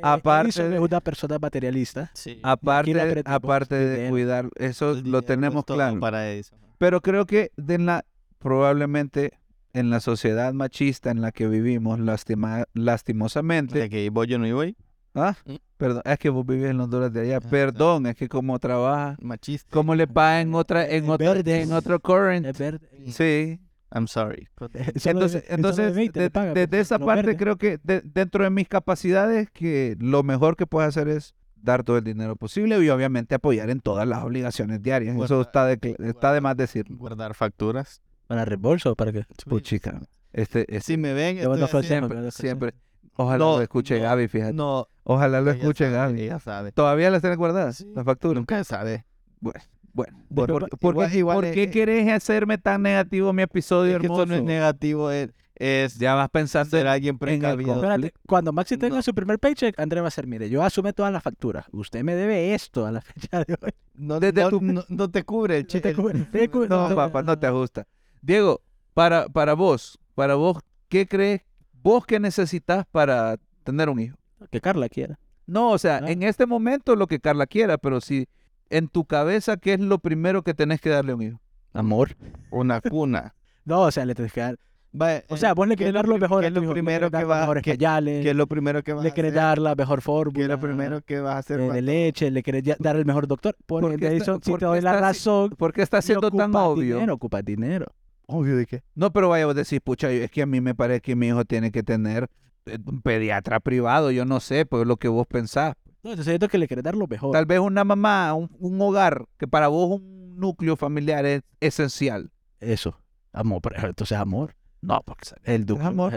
S2: Aparte
S3: Aparte
S2: de-
S3: de una persona materialista.
S4: Sí.
S2: Aparte,
S3: aprendimos
S2: aparte de
S3: dinero.
S2: cuidar, eso
S4: El dinero
S2: Ah, lo
S4: es
S2: tenemos
S4: todo
S2: claro.
S4: Para Edison.
S2: Pero creo que de la, probablemente en la sociedad machista en la que vivimos, lastima- lastimosamente,
S4: De que voy yo no y voy.
S2: Ah,
S4: ¿Mm?
S2: perdón, es que vos vivís en los dólares de allá.
S4: Ah,
S2: Perdón, es que como trabaja,
S4: Machista.
S2: como le paga en otra, en
S3: Es
S2: otra,
S3: verde.
S2: en otro current.
S3: Es verde.
S2: Sí,
S4: I'm sorry.
S2: Entonces, entonces de- desde
S3: pues.
S4: pues,
S2: esa parte creo que de- dentro de mis capacidades que lo mejor que puedes hacer es dar todo el dinero posible y obviamente apoyar en todas las obligaciones diarias.
S4: Guarda-
S2: Eso está de, está de más decirlo.
S4: Guardar facturas.
S3: Para reembolso, para que.
S4: pues,
S2: Puchica. Este, este-
S4: Si me ven,
S3: Yo voy a
S4: estoy así-
S3: ofrecer-
S2: siempre,
S3: no,
S2: siempre. Ojalá
S4: no,
S2: lo escuche
S4: no,
S2: Gaby, fíjate.
S4: no,
S2: Ojalá lo
S4: ella
S2: escuche
S4: sabe,
S2: Gaby.
S4: Ella sabe.
S2: ¿Todavía las tienes guardadas?
S4: Sí.
S2: La factura.
S4: Nunca sabe.
S2: Bueno,
S3: Pero
S2: ¿por,
S3: va-
S2: por
S4: igual-
S2: qué-
S4: igual
S2: por
S4: es-
S2: qué
S4: es-
S2: querés hacerme tan negativo mi episodio
S4: Es que
S2: hermoso?
S4: esto no es negativo, es, es
S2: ya vas pensando
S4: ser alguien precavido.
S2: conflicto.
S3: Espérate, cuando Maxi tenga
S4: No.
S3: su primer paycheck, Andrés va a hacer, mire, yo asume todas las facturas. Usted me debe esto a la [LAUGHS] fecha de hoy.
S4: No,
S2: desde
S4: no-
S2: tu-
S4: no- no te cubre el
S3: Yo
S4: cheque.
S3: te cubro,
S4: [LAUGHS]
S3: te cubro.
S2: No, papá, no te ajusta. Diego, para, para vos, para vos, ¿qué crees? ¿Vos qué necesitas para tener un hijo?
S3: Que Carla quiera.
S2: No, o sea,
S3: Ah.
S2: en este momento lo que Carla quiera, pero si en tu cabeza, ¿qué es lo primero que tenés que darle a un hijo?
S3: Amor.
S4: Una cuna.
S3: No, o sea, le tienes que dar.
S4: Va,
S3: O
S4: eh,
S3: sea, vos le
S4: ¿qué
S3: querés
S4: es
S3: dar
S4: lo
S3: lo
S4: pri-
S3: mejor
S4: qué
S3: a
S4: es
S3: tu
S4: lo
S3: hijo, le querés
S4: primero que
S3: dar
S4: va-
S3: mejores
S4: que-
S3: pañales,
S4: ¿Qué es lo primero que vas
S3: le
S4: a
S3: querés
S4: hacer?
S3: dar la mejor
S4: ¿Qué
S3: fórmula
S4: es lo primero que vas a hacer?
S3: eh, de
S4: cuando-
S3: leche, le querés ya- dar el mejor doctor. Pone
S2: qué está-
S3: Edison, si
S2: por
S3: te
S2: qué
S3: doy la
S2: está así?
S3: razón.
S2: ¿Por qué está siendo tan
S3: ocupas
S2: obvio?
S3: Dinero, ocupas dinero.
S4: ¿Obvio de qué?
S2: No, pero vaya vos decís, pucha, yo- es que a mí me parece que mi hijo tiene que tener eh, un pediatra privado, yo no sé, pues lo que vos pensás.
S3: No, entonces siento que le querés dar lo mejor.
S2: Tal vez una mamá, un, un hogar, que para vos un núcleo familiar es esencial.
S3: Eso. Amor. pero Entonces, amor. No, porque el duque.
S2: amor.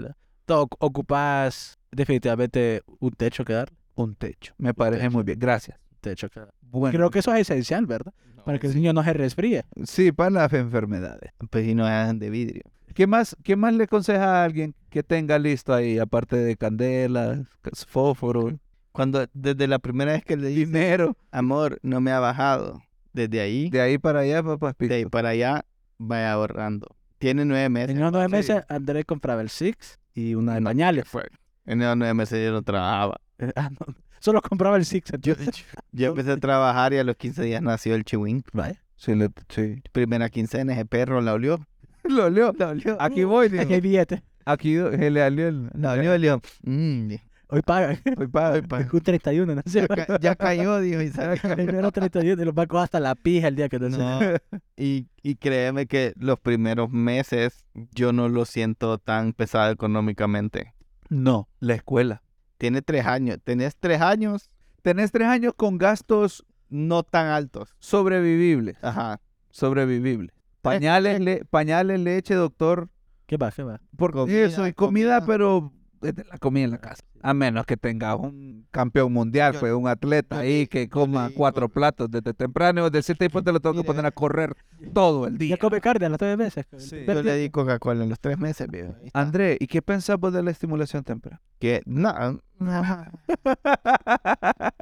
S3: Ocupas definitivamente un techo que dar.
S2: Un techo. Me parece muy bien, gracias.
S3: Techo que dar.
S2: Bueno,
S3: Creo que eso es esencial, ¿verdad? Para que el niño no se resfríe.
S2: sí, para las enfermedades.
S4: Pues si no eran de vidrio.
S2: ¿Qué más, ¿Qué más le aconseja a alguien que tenga listo ahí, aparte de candelas, cas- fósforo,
S4: Cuando desde la primera vez que le dije,
S2: dinero?
S4: amor, no me ha bajado. Desde ahí,
S2: De ahí para allá, papá.
S4: de ahí para allá, vaya ahorrando. Tiene nueve meses.
S3: En unos nueve
S4: Sí.
S3: meses, Andrés compraba el Six y una de
S4: No,
S3: pañales.
S4: fue. En esos nueve meses yo no trabajaba.
S3: Eh, [LAUGHS] Ah, no. Solo compraba el Six.
S4: Yo,
S3: entonces.
S4: [LAUGHS] yo empecé a trabajar y a los 15 días nació el chihuín.
S3: Vaya.
S2: Sí, le- sí. [LAUGHS]
S4: Primera quincena, ese perro la olió.
S2: Lo olió.
S4: La olió.
S2: Aquí voy,
S3: Aquí
S2: digo.
S3: hay billete.
S2: Aquí do- se le olió el-
S4: La olió,
S2: [LAUGHS]
S4: olió. Mm,
S3: Hoy pagan.
S2: Hoy para-
S4: ay, pa.
S3: [LAUGHS] Un 31, no sé.
S4: ya, ca- ya cayó, dijo. Y, sabe que-
S3: Primero 31 de los bancos hasta la pija el día que no se-
S4: [LAUGHS] No, y, y créeme que los primeros meses yo no lo siento tan pesado económicamente.
S2: No, la escuela.
S4: Tiene tres años. Tenés tres años
S2: Tenés tres años con gastos
S4: no tan altos.
S2: sobrevivibles.
S4: Ajá.
S2: Sobrevivibles. Pañales, le- pañales leche, doctor.
S3: ¿Qué va? ¿Qué va?
S2: Por
S4: Comida,
S2: eso, y comida,
S4: comida.
S2: pero es de la comida en la casa. A menos que tengas un campeón mundial,
S4: Yo-
S2: pues un atleta
S4: yo
S2: ahí
S4: leí-
S2: que
S4: yo
S2: coma
S4: leí
S2: cuatro
S4: con-
S2: platos desde temprano, de ese tipo te lo tengo que
S4: Mire,
S2: poner a correr todo el día.
S3: Ya come carne a las nueve meses. el
S2: Sí.
S3: primer
S4: Yo
S3: día.
S4: le di Coca-Cola en los tres meses, viejo. Ahí está.
S2: André, ¿y qué pensás vos de la estimulación temprana?
S4: Que no. no. [LAUGHS]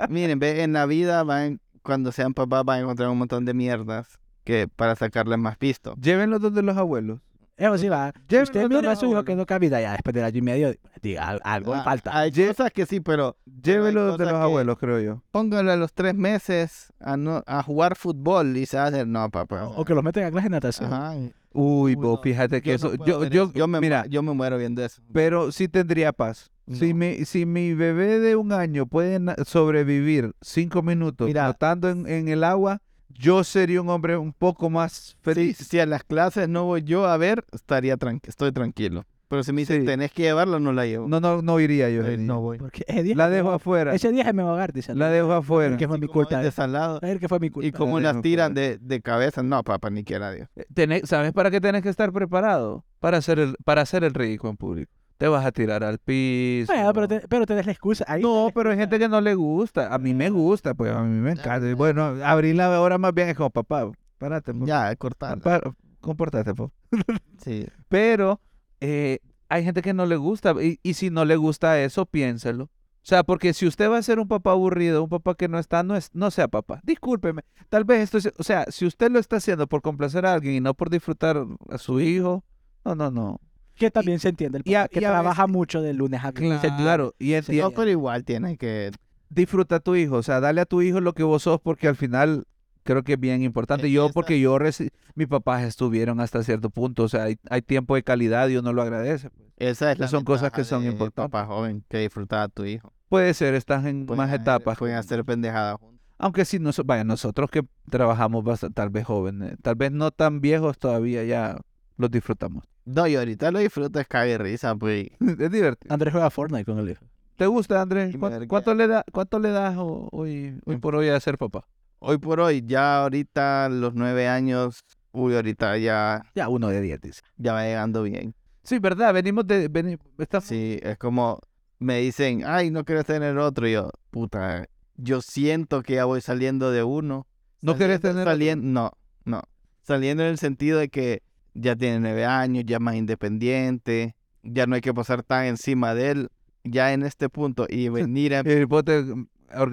S4: Miren, ve, en la vida van, cuando sean papás van a encontrar un montón de mierdas que para sacarles más pisto.
S2: Llévenlo donde los abuelos.
S3: Eso sí va.
S2: Llévenlo
S3: Usted
S2: donde
S3: mira a
S2: los
S3: su hijo
S2: abuelos.
S3: que no camina ya después del año y medio. Diga, al- algo le
S4: Ah,
S3: falta.
S4: Hay cosas que sí, pero
S2: Llévenlo
S4: hay
S2: donde
S4: cosas
S2: los
S4: que-
S2: abuelos, creo yo.
S4: póngalo a los tres meses a, no, a jugar fútbol y se va a hacer, no, papá.
S3: O que los meten a clase de natación.
S4: Ajá.
S2: Uy,
S4: Uy,
S2: vos,
S4: no,
S2: fíjate que
S4: Yo
S2: eso,
S4: no puedo
S2: yo,
S4: hacer
S2: yo,
S4: eso. yo me,
S2: mira,
S4: mira, yo me muero viendo eso.
S2: pero sí tendría paz. Si,
S4: No.
S2: mi, si mi bebé de un año puede na- sobrevivir cinco minutos
S4: Mira.
S2: flotando en, en el agua, yo sería un hombre un poco más
S4: Si,
S2: feliz.
S4: si a las clases no voy yo a ver, estaría tranqui- estoy tranquilo. Pero si me dicen,
S2: Sí.
S4: tenés que llevarla, no la llevo.
S2: No, no, no iría yo.
S4: Eh,
S2: ese día.
S4: no voy.
S3: Porque ese día
S2: La
S3: me
S2: dejo
S3: va-
S2: afuera.
S3: Ese día se me va a ahogar, dice.
S2: La dejo afuera.
S3: Que fue mi
S4: Como es
S3: culpa.
S4: desalado.
S3: A ver que fue mi culpa.
S4: Y como
S2: Dale,
S4: las
S2: no pues.
S4: tiran de, de cabeza, no, papá, ni quiera Dios.
S2: Eh, tenés- ¿Sabes para qué tenés que estar preparado? Para hacer el, para hacer el ridículo en público. Te vas a tirar al piso.
S3: Bueno, pero, te, pero tenés la excusa. Ahí [LAUGHS]
S2: No,
S3: tenés la
S2: pero hay
S3: excusa.
S2: gente que no le gusta. A mí me gusta, pues a mí me encanta. Y bueno, abrir la hora más bien es como, papá, párate, por-
S4: Ya, cortar.
S2: para- compórtate, pues. po".
S4: Sí.
S2: Pero eh, hay gente que no le gusta. Y, y si no le gusta eso, piénselo. O sea, porque si usted va a ser un papá aburrido, un papá que no está, no, es, no sea papá. Discúlpeme. Tal vez esto, es- o sea, si usted lo está haciendo por complacer a alguien y no por disfrutar a su hijo, no, no, no.
S3: Que también se entiende. El
S2: y a-
S3: papá que
S2: y a
S3: trabaja mucho de lunes a viernes.
S2: Claro, y enti-
S4: No, pues. pero igual tiene que.
S2: disfruta a tu hijo, o sea, dale a tu hijo lo que vos sos, porque al final creo que es bien importante.
S4: Eh,
S2: Yo,
S4: esa-
S2: porque yo, reci- mis papás estuvieron hasta cierto punto, o sea, hay, hay tiempo de calidad y uno lo agradece.
S4: Esas
S2: Son cosas que son importantes.
S4: Papá joven, que disfrutaba tu hijo.
S2: Puede ser, estás en más
S4: hacer-
S2: etapas.
S4: Pueden hacer pendejadas juntos.
S2: Aunque sí, noso- vaya, nosotros que trabajamos bast- tal vez jóvenes, tal vez no tan viejos todavía, ya los disfrutamos. [LAUGHS]
S4: No, y ahorita lo disfruto, es cague risa, pues.
S2: Es divertido.
S3: Andrés juega Fortnite con el hijo.
S2: ¿Te gusta, Andrés?
S4: Y me
S2: ¿Cuánto,
S4: verguea.
S2: cuánto le, da, cuánto le das ho- hoy, hoy por hoy a ser papá?
S4: Hoy por hoy, ya ahorita los nueve años, uy, ahorita ya,
S3: Ya, uno de 10, dice.
S4: ya va llegando bien.
S2: Sí, ¿verdad? Venimos de... veni- estamos-
S4: Sí, es como me dicen, ay, no quieres tener otro. Y yo, puta, yo siento que ya voy saliendo de uno.
S2: ¿No querés tener otro?
S4: saliendo, No, no. Saliendo en el sentido de que ya tiene nueve años, ya es más independiente, ya no hay que pasar tan encima de él, ya en este punto.
S2: [LAUGHS]
S4: Y venir a.
S2: Y eh, vos te- mm,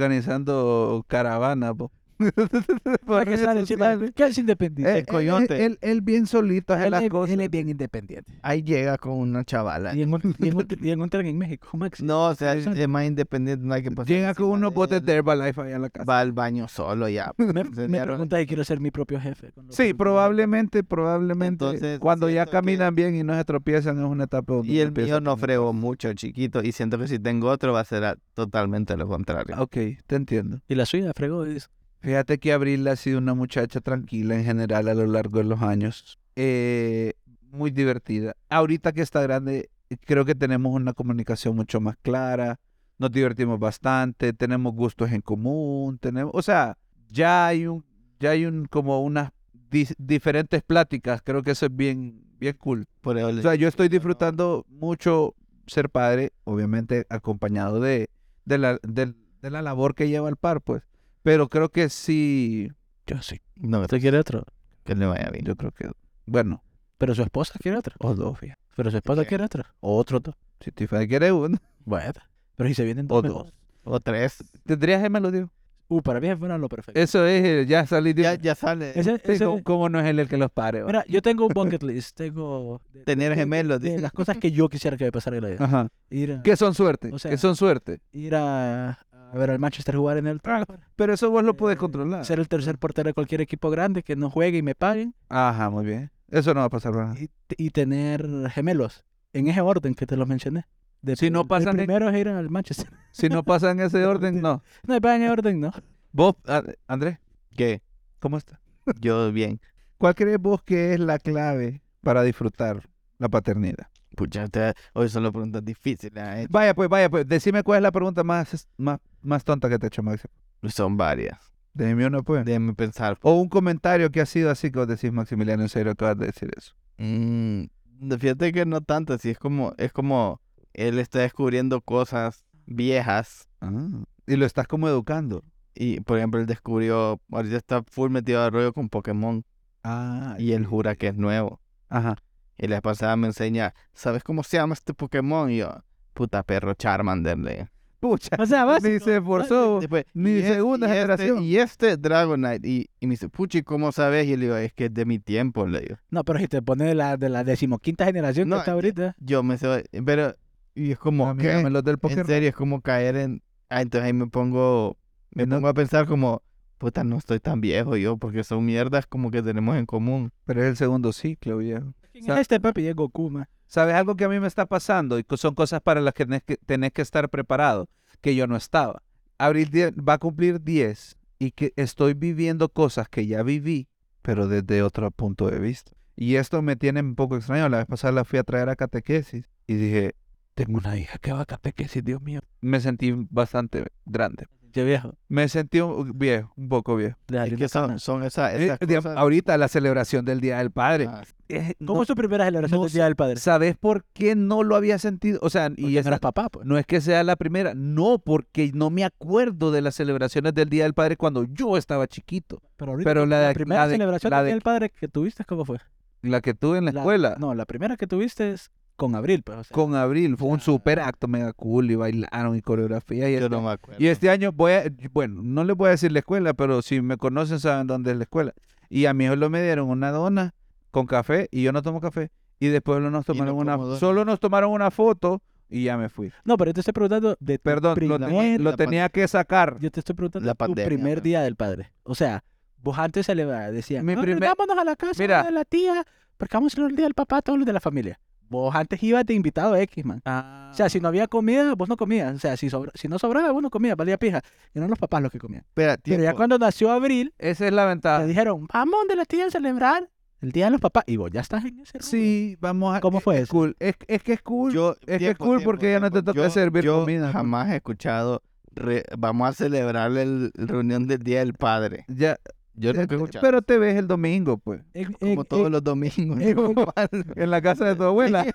S2: organizando caravana, po. [LAUGHS] Por
S3: ¿Qué
S2: redes sociales.
S3: es independiente?
S2: Eh,
S4: coyote.
S2: Él, él- él bien solito hace
S3: él,
S2: las
S3: es,
S2: cosas.
S3: él es bien independiente.
S4: Ahí llega con una chavala.
S3: Y en,
S2: [LAUGHS]
S3: un, y, en un, y en un tren en México, Max.
S4: No, o sea,
S3: Sí,
S4: es
S3: sí.
S4: es más independiente, no hay que pasar.
S2: Llega con pues,
S4: encima
S2: unos
S4: de
S2: botes
S4: él,
S2: de Herbalife allá en la casa.
S4: Va al baño solo ya.
S3: [LAUGHS] Me,
S4: Se
S3: me
S4: le arruina.
S3: pregunta si quiero ser mi propio jefe. con lo
S2: Sí,
S3: que-
S2: probablemente, probablemente.
S4: Entonces,
S2: cuando ya
S4: siento que-
S2: caminan bien y no se tropiezan, es una etapa donde
S4: Y el
S2: empiezan
S4: mío no
S2: a tener-
S4: fregó mucho, chiquito. Y siento que si tengo otro va a ser a- totalmente lo contrario.
S2: Ok, te entiendo.
S3: Y la suya fregó. dice.
S2: Fíjate que Abril ha sido una muchacha tranquila en general a lo largo de los años. eh, muy divertida. Ahorita que está grande, creo que tenemos una comunicación mucho más clara. Nos divertimos bastante, tenemos gustos en común, tenemos, o sea, ya hay un, ya hay un como unas dis- diferentes pláticas. Creo que eso es bien, bien cool.
S4: Por eso le-
S2: O sea, yo estoy disfrutando mucho ser padre, obviamente acompañado de, de, la, del- de la labor que lleva el par, pues. Pero creo que sí,
S3: Yo sí.
S4: no,
S3: ¿Usted quiere otro?
S4: que le vaya bien.
S2: yo creo que, bueno,
S3: Pero su esposa quiere otro.
S2: o dos, fíjate.
S3: Pero su esposa
S4: qué?
S3: quiere otro. O otro dos.
S2: Si Tiffany quiere uno,
S3: Bueno. Pero si se vienen
S2: o
S3: dos.
S2: dos.
S3: mejor.
S4: O tres.
S2: [LAUGHS] ¿Tendrías gemelos, digo?
S3: Uh, para mí fuera lo perfecto.
S2: Eso es, eh, ya salí de...
S4: Ya, ya sale.
S3: Ese-
S2: Sí,
S3: ese-
S2: ¿cómo, cómo no es él el que los pare? va?
S3: Mira, yo tengo un bucket list. Tengo de-
S4: Tener gemelos.
S3: de
S4: dice.
S3: las cosas que yo quisiera que me pasara
S2: [LAUGHS]
S3: en la vida.
S2: Ajá.
S3: Ir a,
S2: Que son suerte,
S3: O sea-
S2: que son suerte.
S3: ir a, a ver al Manchester jugar en el Trafford,
S2: Pero eso vos Ah, lo
S3: Eh,
S2: podés controlar.
S3: ser el tercer portero de cualquier equipo grande, que no juegue y me paguen,
S2: Ajá, muy bien. Eso no va a pasar nada.
S3: y, y tener gemelos, en ese orden que te los mencioné. De
S2: Si no
S3: pr- el
S2: pasan de-
S3: primero es ir al Manchester. [LAUGHS]
S2: Si no pasa en ese orden, no.
S3: No me pagan en orden, ¿no?
S2: Vos, ah, Andrés,
S4: ¿Qué?
S2: ¿cómo está?
S4: Yo bien.
S2: ¿Cuál crees vos que es la clave para disfrutar la paternidad?
S4: Pucha, usted- hoy son las preguntas difíciles. ¿eh?
S2: Vaya, pues, vaya, pues, decime cuál es la pregunta más, más, más tonta que te he hecho, Máximo.
S4: Son varias.
S2: De mí una, pues.
S4: Déjenme pensar.
S2: O un comentario que ha sido así que vos decís, Maximiliano, en serio, acabas de decir eso.
S4: Mm, no, fíjate que no tanto. Sí, es como, es como él está descubriendo cosas viejas
S2: Ah, Y lo estás como educando.
S4: Y, por ejemplo, él descubrió, ahorita está full metido de rollo con Pokémon
S2: Ah,
S4: y él jura que es nuevo.
S2: Ajá. [LAUGHS]
S4: Y la vez pasada me enseña, ¿sabes cómo se llama este Pokémon? Y yo, puta perro Charmander, le digo.
S2: Pucha,
S3: O sea,
S2: [LAUGHS]
S3: vas.
S2: ni se esforzó.
S4: Después,
S2: Ni
S4: "Y es-
S2: segunda
S4: y este-
S2: generación".
S4: y este Dragonite. Y, y me dice, puchi, ¿cómo sabes? Y yo le digo, es que es de mi tiempo, le digo.
S3: No, pero si te pones de la, de la decimoquinta generación
S4: No,
S3: que está ahorita,
S4: Yo me sé, pero, y es como,
S2: A mí
S4: ¿qué?
S2: dame los del
S4: En
S2: Pokémon.
S4: serio, es como caer en... Ah, entonces ahí me pongo... Me
S2: No-
S4: pongo a pensar como... Puta, no estoy tan viejo yo, porque son mierdas como que tenemos en común.
S2: Pero es el segundo ciclo, viejo.
S3: ¿quién
S2: sa-
S3: es este papi? Es Goku, man.
S2: ¿Sabes algo que a mí me está pasando? Y co- son cosas para las que tenés que, tenés que estar preparado, que yo no estaba. Abril die- va a cumplir 10 y que estoy viviendo cosas que ya viví, pero desde otro punto de vista. Y esto me tiene un poco extraño. La vez pasada la fui a traer a catequesis y dije, tengo una hija que va a catequesis, Dios mío. Me sentí bastante grande.
S3: Yo viejo.
S2: Me sentí un- viejo, un poco viejo.
S3: le
S4: Es
S3: salió
S4: que
S3: una
S4: son,
S3: cana.
S4: son esa-
S2: Eh,
S4: esas
S2: digamos,
S4: cosas.
S2: ahorita la celebración del Día del Padre.
S4: Ah,
S2: Eh, no-
S3: ¿Cómo es su primera celebración
S2: no
S3: del Día del Padre?
S2: ¿Sabes por qué no lo había sentido? O sea,
S3: Y
S2: y
S3: ya
S2: esa-
S3: eras papá, pues.
S2: no es que sea la primera, no, porque no me acuerdo de las celebraciones del Día del Padre cuando yo estaba chiquito.
S3: Pero ahorita,
S2: Pero la,
S3: la,
S2: de-
S3: primera
S2: la de-
S3: celebración
S2: la
S3: del
S2: de-
S3: Día del Padre que tuviste, ¿cómo fue?
S2: la que tuve en la
S3: La-
S2: escuela
S3: No, la primera que tuviste es con Abril, pues. o sea,
S2: con Abril fue un
S3: sea,
S2: super acto mega cool y bailaron y coreografía. Y,
S4: yo
S2: este,
S4: no me acuerdo.
S2: y este año voy a, bueno, no les voy a decir la escuela, pero si me conocen saben dónde es la escuela. Y a mi lo me dieron una dona con café y yo no tomo café. Y después nos tomaron
S4: no como
S2: una,
S4: dona.
S2: solo nos tomaron una foto y ya me fui.
S3: No, pero yo te estoy preguntando de tu
S2: Perdón, lo,
S3: primer,
S2: tenía- lo
S4: la
S2: tenía que sacar.
S3: yo te estoy preguntando
S4: la
S3: de tu
S4: pandemia,
S3: primer
S4: pues.
S3: día del padre. O sea, vos antes celebrabas, decías,
S2: Mi
S3: "Ah,
S2: primer-
S3: vámonos a la casa
S2: Mira.
S3: de la tía, porque vamos a celebrar el día del papá, todos los de la familia. Vos antes ibas de invitado X, man. O sea,
S4: Ah.
S3: si no había comida, vos no comías. O sea, si, sobra- si no sobraba, vos no comías, valía pija. Y eran los papás los que comían.
S4: Espera,
S3: Pero ya
S4: tiempo. Ah.
S3: cuando nació Abril,
S2: Esa es la ventaja.
S3: te dijeron, vamos de la tía a celebrar El día de los papás. Y vos ya estás en ese. rubro.
S2: Sí, vamos a.
S4: Eh,
S3: ¿Cómo fue
S2: es
S3: eso?
S2: cool. Es, es que es cool.
S4: Yo,
S2: es que es cool porque ya no te toca
S4: Yo-
S2: servir
S4: yo
S2: comida. pues.
S4: jamás he escuchado, re- vamos a celebrar la reunión del Día del Padre.
S2: Ya,
S4: Yo
S2: eh,
S4: nunca he escuchado.
S2: pero te ves el domingo, pues.
S3: En-
S4: como
S3: en-
S4: todos
S3: en-
S4: los domingos.
S2: eh,
S4: ¿no? [LAUGHS] Este,
S2: En la casa de tu abuela.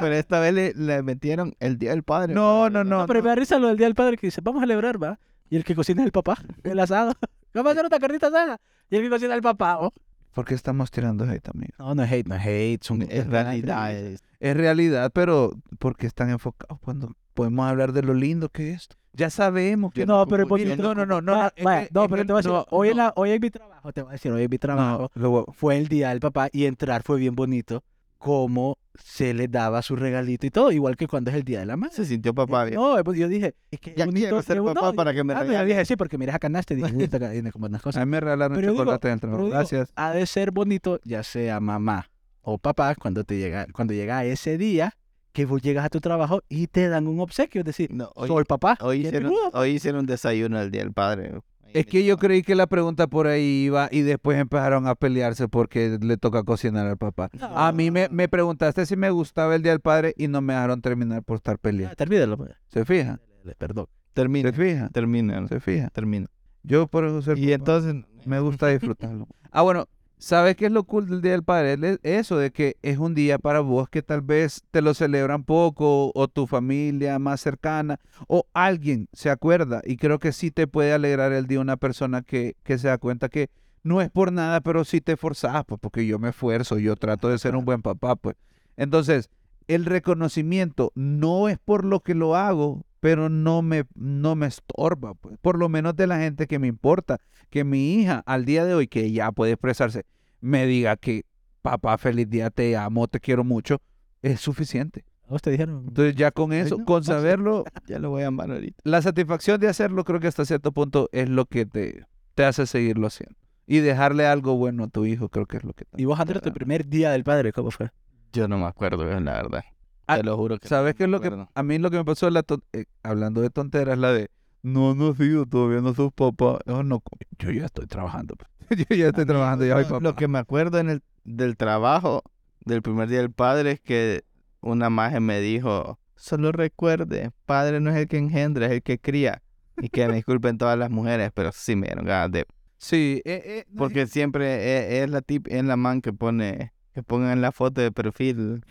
S4: pero esta vez le, le metieron el Día del Padre.
S2: No, no,
S3: No,
S2: no.
S3: pero me da risa lo del día del padre que dice, vamos a celebrar, va. Y el que cocina es el papá, el asado. [LAUGHS] Vamos a hacer una carnita asada. Y el que cocina es el papá. oh.
S2: ¿Por qué estamos tirando hate, amigo?
S3: No, no es hate, no es hate. Son
S4: Es realidad. es-
S2: Es realidad, pero ¿por qué están enfocados cuando podemos hablar de lo lindo que es esto? Ya sabemos que
S4: Yo
S3: No,
S4: no
S3: pero es
S4: ocupo- yo
S3: bonito.
S2: No, no, no, no.
S3: Vaya,
S2: es
S3: vaya,
S2: que-
S3: no,
S2: es
S3: pero
S2: que-
S3: te voy a decir,
S2: no,
S3: hoy, en
S2: no,
S3: la, hoy en mi trabajo, te voy a decir, hoy en mi trabajo,
S2: no, lo voy-
S3: fue el día del papá y entrar fue bien bonito cómo se le daba su regalito y todo, igual que cuando es el día de la madre.
S4: Se sintió papá
S2: Eh,
S4: bien.
S3: No, pues yo dije, es que es
S4: ya quiero
S3: bonito.
S4: ser
S3: es un-
S4: papá
S3: no,
S4: para que me
S3: ah,
S4: regalen.
S3: mira, dije, sí, porque miras a canasta [LAUGHS] y dije, "Uy, esta tiene como unas cosas.
S2: A mí me regalaron
S3: Pero digo-
S2: chocolate en el trabajo.
S3: pero digo,
S2: Gracias.
S3: ha de ser bonito, ya sea mamá o papá, cuando te llega, cuando llega ese día que vos llegas a tu trabajo y te dan un obsequio, es decir,
S4: No, hoy,
S3: soy papá.
S4: hoy
S3: y el
S4: hicieron,
S3: peludo.
S4: hoy hicieron un desayuno el Día del Padre.
S2: Es que yo creí que la pregunta por ahí iba y después empezaron a pelearse porque le toca cocinar al papá. A mí me, me preguntaste si me gustaba el Día del Padre y no me dejaron terminar por estar
S3: Ah,
S2: peleando.
S3: termínalo, pues.
S2: ¿Se fijan?
S3: Le- Perdón.
S2: ¿Se
S4: Termina,
S2: fijan?
S4: termina,
S2: ¿Se fijan?
S4: termina.
S2: Yo por eso ser
S4: Y
S2: papá.
S4: entonces...
S2: Me gusta disfrutarlo. [LAUGHS] Ah, bueno, ¿sabes qué es lo cool del Día del Padre? Le- Eso de que es un día para vos que tal vez te lo celebran poco o tu familia más cercana o alguien se acuerda y creo que sí te puede alegrar el día una persona que, que se da cuenta que no es por nada, pero sí te esforzás, pues porque yo me esfuerzo, yo trato de ser un buen papá, pues. Entonces, el reconocimiento no es por lo que lo hago, pero no me, no me estorba, pues. Por lo menos de la gente que me importa que mi hija al día de hoy, que ya puede expresarse, me diga que papá, feliz día, te amo, te quiero mucho, es suficiente.
S3: ¿A vos te dijeron?
S2: Entonces ya con eso,
S4: no,
S2: con
S4: basta.
S2: saberlo,
S4: Ya lo voy a llamar ahorita.
S2: la satisfacción de hacerlo creo que hasta cierto punto es lo que te, te hace seguirlo haciendo. Y dejarle algo bueno a tu hijo creo que es lo que...
S3: Y vos, Andrés, tu
S4: Perdón.
S3: primer día del padre, ¿cómo fue?
S4: Yo no me acuerdo, la verdad.
S2: Ah,
S4: Te lo juro que no
S2: ¿Sabes qué es
S4: me
S2: lo que...
S4: acuerdo.
S2: A mí lo que me pasó, la ton- eh, hablando de tonteras, la de... No, no, tío, todavía no sos papá. Oh, no, co- yo ya estoy trabajando. pues. [LAUGHS] yo ya estoy trabajando, ya soy
S4: pues, No,
S2: papá.
S4: Ah, Lo que me acuerdo en el, del trabajo, del primer día del padre, es que una maje me dijo, solo recuerde, padre no es el que engendra, es el que cría. Y que me disculpen todas las mujeres, pero sí me dieron ganas de...
S2: Sí, eh, eh,
S4: Porque siempre e, es, es la tip, es la man que pone, que pongan la foto de perfil.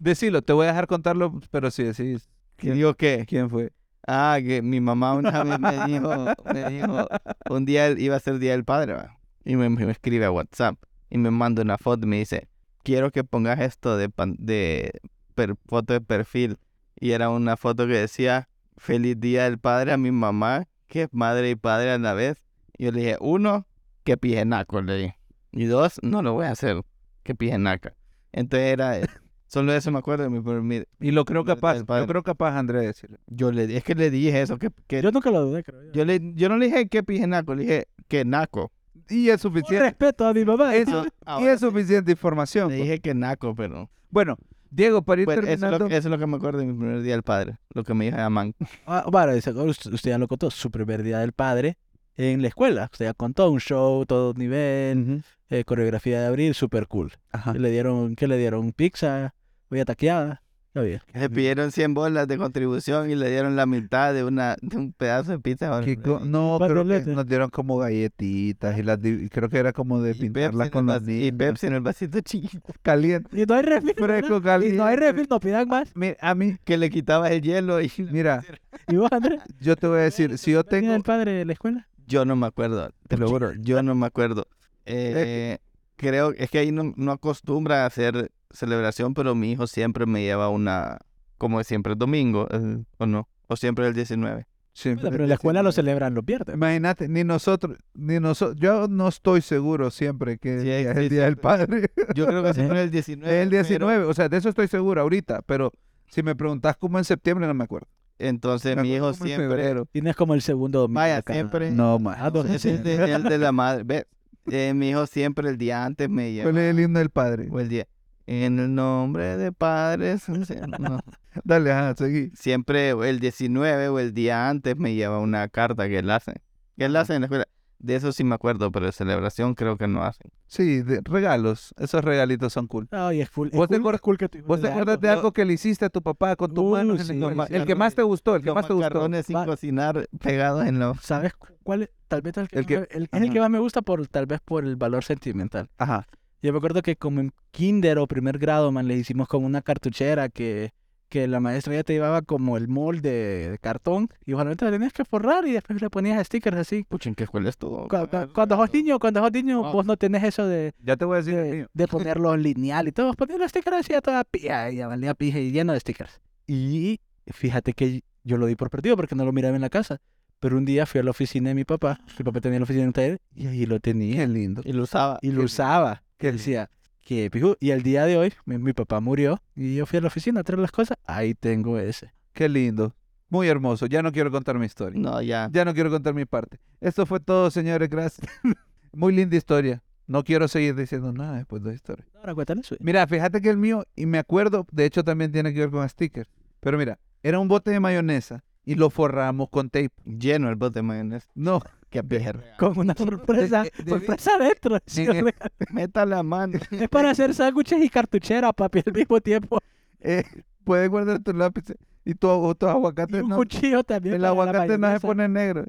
S2: Decilo, te voy a dejar contarlo, pero si decís
S4: Que digo que,
S2: quién fue.
S4: ah, que mi mamá una vez me dijo, me dijo, un día él- iba a ser día del padre, va. Y me, me escribe a WhatsApp y me manda una foto y me dice, quiero que pongas esto de, pan- de per- foto de perfil. Y era una foto que decía, feliz día del padre a mi mamá, que es madre y padre a la vez. Y yo le dije, uno, que pijenaco, le dije. Y dos, no lo voy a hacer, que pijenaca. Entonces era,
S2: [LAUGHS]
S4: solo eso me acuerdo de mi primer-
S2: Y lo creo
S4: Del-
S2: capaz,
S4: del padre.
S2: yo creo capaz, Andrés, de decirlo.
S4: Yo le, es que le dije eso, que, que-
S3: Yo nunca lo dudé, creo yo.
S4: yo, le, yo no le dije que pijenaco, le dije que naco.
S2: Y es
S3: Con
S2: suficiente.
S3: respeto a mi mamá.
S2: [LAUGHS] Eso, y
S4: Ahora
S2: es suficiente información.
S4: Le
S2: pues.
S4: dije que naco, pero.
S2: Bueno, Diego, para ir
S4: Pues, eso, es
S2: terminando,
S4: lo, eso es lo que me acuerdo de mi primer día del padre. Lo que me dijo Amán.
S3: Ah, bueno, dice, usted, usted ya lo contó, su primer día del padre en la escuela. Usted ya contó un show, todo nivel,
S2: Ujú.
S3: eh, coreografía de abril, super cool.
S2: Ajá.
S3: Y Le dieron, ¿qué le dieron? Pizza, voy taqueada. Está bien.
S4: Le
S2: [LAUGHS]
S4: pidieron 100 bolas de contribución y le dieron la mitad de, una, de un pedazo de pizza.
S2: Que
S4: hombre.
S2: co- no, creo que
S3: Patrolete.
S2: nos dieron como galletitas y las di- y creo que era como de
S4: Y Pepsi,
S2: pintarlas
S4: en el
S2: con las
S4: vas- y
S2: niñas.
S4: Pepsi en el vasito chiquito.
S2: caliente,
S3: Y no hay refil. ¿verdad?
S2: fresco,
S3: Y
S2: caliente.
S3: no hay refil, no pidan más.
S2: Mira, a
S4: [LAUGHS]
S2: mí,
S4: Que le quitaba el hielo y.
S2: mira,
S3: Y vos, Andrés,
S2: [LAUGHS] yo te voy a decir, si yo
S3: tenía
S2: tengo
S3: el padre de la escuela.
S4: Yo no me acuerdo. Te lo juro, yo no me acuerdo. Eh, creo, es que ahí no, no acostumbra a hacer celebración, pero mi hijo siempre me lleva una. Como siempre, domingo, eh, o no. O siempre el 19.
S2: siempre
S3: Pero en la escuela lo celebran los viernes.
S2: Imagínate, ni nosotros, ni nosotros, yo no estoy seguro siempre que
S4: Sí,
S2: es
S4: sí,
S2: el Día del
S4: siempre.
S2: Padre,
S4: Yo
S2: [LAUGHS]
S4: creo que
S3: Sí.
S4: siempre el 19.
S2: es el
S4: pero-
S2: 19, o sea, de eso estoy seguro ahorita, pero si me preguntas cómo en septiembre no me acuerdo.
S4: Entonces
S2: Me
S4: mi
S2: acuerdo
S4: hijo
S2: como en
S4: siempre.
S2: febrero.
S3: Tienes como el segundo domingo.
S4: Vaya,
S3: de cada-
S4: siempre.
S2: No, más.
S3: Ah, dos [LAUGHS]
S4: Es el
S3: veces.
S4: de, el de la madre. Ve, eh, mi hijo siempre el día antes me lleva.
S2: ¿Cuál es el himno del Padre?
S4: o el día. En el nombre de padres. [LAUGHS] o sea, no.
S2: Dale, ajá, seguí.
S4: Siempre o el 19 o el día antes me lleva una carta que él hace. Que él hace en la escuela. De eso sí me acuerdo, pero de celebración creo que no hacen.
S2: Sí, de regalos. Esos regalitos son cool.
S3: Ay, es full. es
S2: ¿Vos te
S3: cool-
S2: acuerdas-
S3: es cool que tu hijo
S2: ¿Vos
S3: le
S2: te
S3: da
S2: acuerdas
S3: algo.
S2: de algo que le hiciste a tu papá con tu
S3: Uh,
S2: mano?
S3: sí,
S2: el,
S4: los
S2: el que más te gustó, el que
S4: Los
S2: más te gustó.
S4: macarrones sin
S3: Va-
S4: cocinar pegados en los...
S3: ¿Sabes cu- cuál? es? Tal vez el que,
S2: El que-
S3: más me- el- es el que
S2: ajá.
S3: más me gusta por tal vez por el valor sentimental.
S2: Ajá.
S3: Yo me acuerdo que como en kinder o primer grado, man, le hicimos como una cartuchera que, que la maestra ya te llevaba como el molde de cartón y usualmente la tenías que forrar y después le ponías stickers así.
S4: Pucha, ¿en qué escuela estuvo?
S3: Cu- cu- Cuando sos niño, cuando sos niño,
S4: Ah.
S3: vos no tenés eso de,
S2: Ya te voy a decir el
S3: de,
S2: mío.
S3: de ponerlo en lineal y todo. Poner los stickers así a toda pija, y ya valía pija y lleno de stickers. Y fíjate que yo lo di por perdido porque no lo miraba en la casa. Pero un día fui a la oficina de mi papá, mi papá tenía la oficina en un taller y ahí lo tenía.
S2: Qué lindo.
S4: Y lo usaba.
S3: Y lo
S2: lindo.
S3: usaba.
S2: Qué lindo.
S3: Decía, que piju. Y al día de hoy, mi, mi papá murió y yo fui a la oficina a traer las cosas. Ahí tengo ese.
S2: Qué lindo. Muy hermoso. Ya no quiero contar mi historia.
S4: No, ya.
S2: Ya no quiero contar mi parte. Esto fue todo, señores. Gracias. [LAUGHS] Muy linda historia. No quiero seguir diciendo nada después de la historia.
S3: Ahora cuéntale su.
S2: Mira, fíjate que el mío, y me acuerdo, de hecho también tiene que ver con stickers. Pero mira, era un bote de mayonesa y lo forramos con tape.
S4: Lleno el bote de mayonesa.
S2: No, [LAUGHS]
S4: Qué perro.
S3: Con una sorpresa,
S2: de- de-
S3: sorpresa
S2: [LAUGHS]
S3: adentro.
S2: Ni-
S3: Sí, hombre.
S4: Meta la mano. [LAUGHS]
S3: es para hacer sándwiches y cartuchera, papi, al mismo tiempo.
S2: eh, puedes guardar tu lápiz y tu, agu- tu
S3: Y
S2: aguacate. [LAUGHS]
S3: un
S2: no-
S3: cuchillo también.
S2: el
S3: para la
S2: aguacate no se
S3: mayonesa.
S2: pone
S3: [LAUGHS]
S2: negro.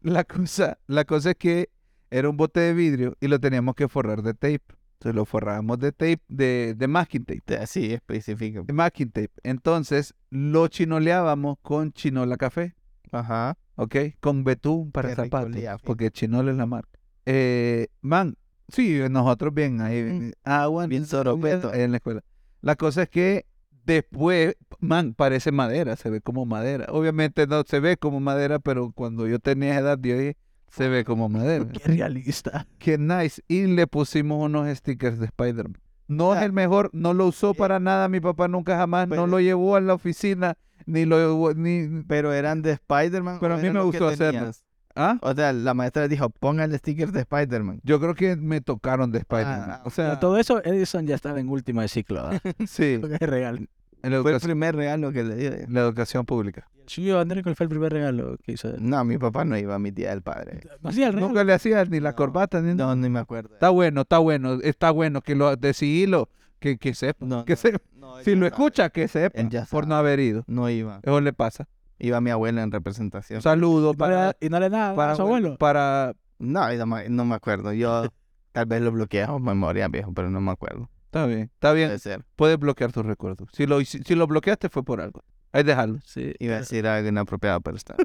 S2: La cosa, la cosa es que era un bote de vidrio y lo teníamos que forrar de tape. Entonces lo forrábamos de tape, de, de masking tape.
S4: Así específico.
S2: de masking tape. Entonces lo chinoleábamos con chinola café.
S4: Ajá.
S2: ¿ok? Con betún para
S4: Qué rico
S2: zapatos,
S4: olía, fíjate.
S2: porque Chinol es la marca. Eh, man, sí, nosotros bien ah, ahí,
S4: Mm.
S2: agua,
S4: Bien soropeto.
S2: pues, en la escuela. La cosa es que después, man, parece madera, se ve como madera. Obviamente no se ve como madera, pero cuando yo tenía esa edad, yo dije, se ve como
S4: [LAUGHS]
S2: madera.
S3: Qué [LAUGHS] realista.
S2: Qué nice. Y le pusimos unos stickers de Spider-Man. No
S4: Ah.
S2: es el mejor, no lo
S4: Eh.
S2: usó para nada, mi papá nunca jamás, no
S4: Pero-
S2: lo llevó a la oficina, ni lo llevó, ni...
S4: Pero eran de Spider-Man.
S2: Pero
S4: o
S2: a mí
S4: eran
S2: me
S4: los que
S2: gustó hacerlo.
S4: tenías?
S2: ¿Ah?
S4: O sea, la maestra dijo, póngale stickers de Spider-Man.
S2: Yo creo que me tocaron de Spider-Man.
S4: Ah,
S2: o sea,
S3: Todo eso, Edison ya estaba en último de ciclo. ¿verdad?
S2: Sí,
S3: Porque es regalo.
S2: en la,
S4: Fue el
S2: educación,
S4: primer regalo que le dio.
S2: la educación pública.
S3: Chuyo Andrés, ¿cuál fue el primer regalo que hizo?
S4: No, mi papá no iba, mi tía del padre.
S3: No hacía el regalo.
S2: Nunca le hacías ni la
S4: No,
S2: corbata ni nada.
S4: No, ni me acuerdo.
S2: Está bueno, está bueno, está bueno que lo decidilo, que, que sepa,
S4: No,
S2: que
S4: no,
S2: sepa.
S4: no, él
S2: si
S4: ya
S2: lo
S4: sabe.
S2: escucha, que sepa,
S4: Él ya
S2: por no
S4: sabe.
S2: haber ido.
S4: No iba.
S2: Eso le pasa.
S4: Iba mi abuela en
S2: Un
S4: representación.
S2: saludo
S3: Y no le da-
S2: para,
S3: y no le daba
S2: para,
S3: a su abuelo.
S2: para-
S4: No, y no, me- no me acuerdo. Yo
S2: [LAUGHS]
S4: tal vez lo bloqueé a memoria, viejo, pero no me acuerdo.
S2: Está bien, está bien.
S4: Puede ser.
S2: Puedes bloquear tus recuerdos. Si lo, hici- si lo bloqueaste fue por algo. Ahí dejarlo.
S3: Sí,
S4: Iba a decir algo inapropiado,
S2: [LAUGHS]
S4: pero está.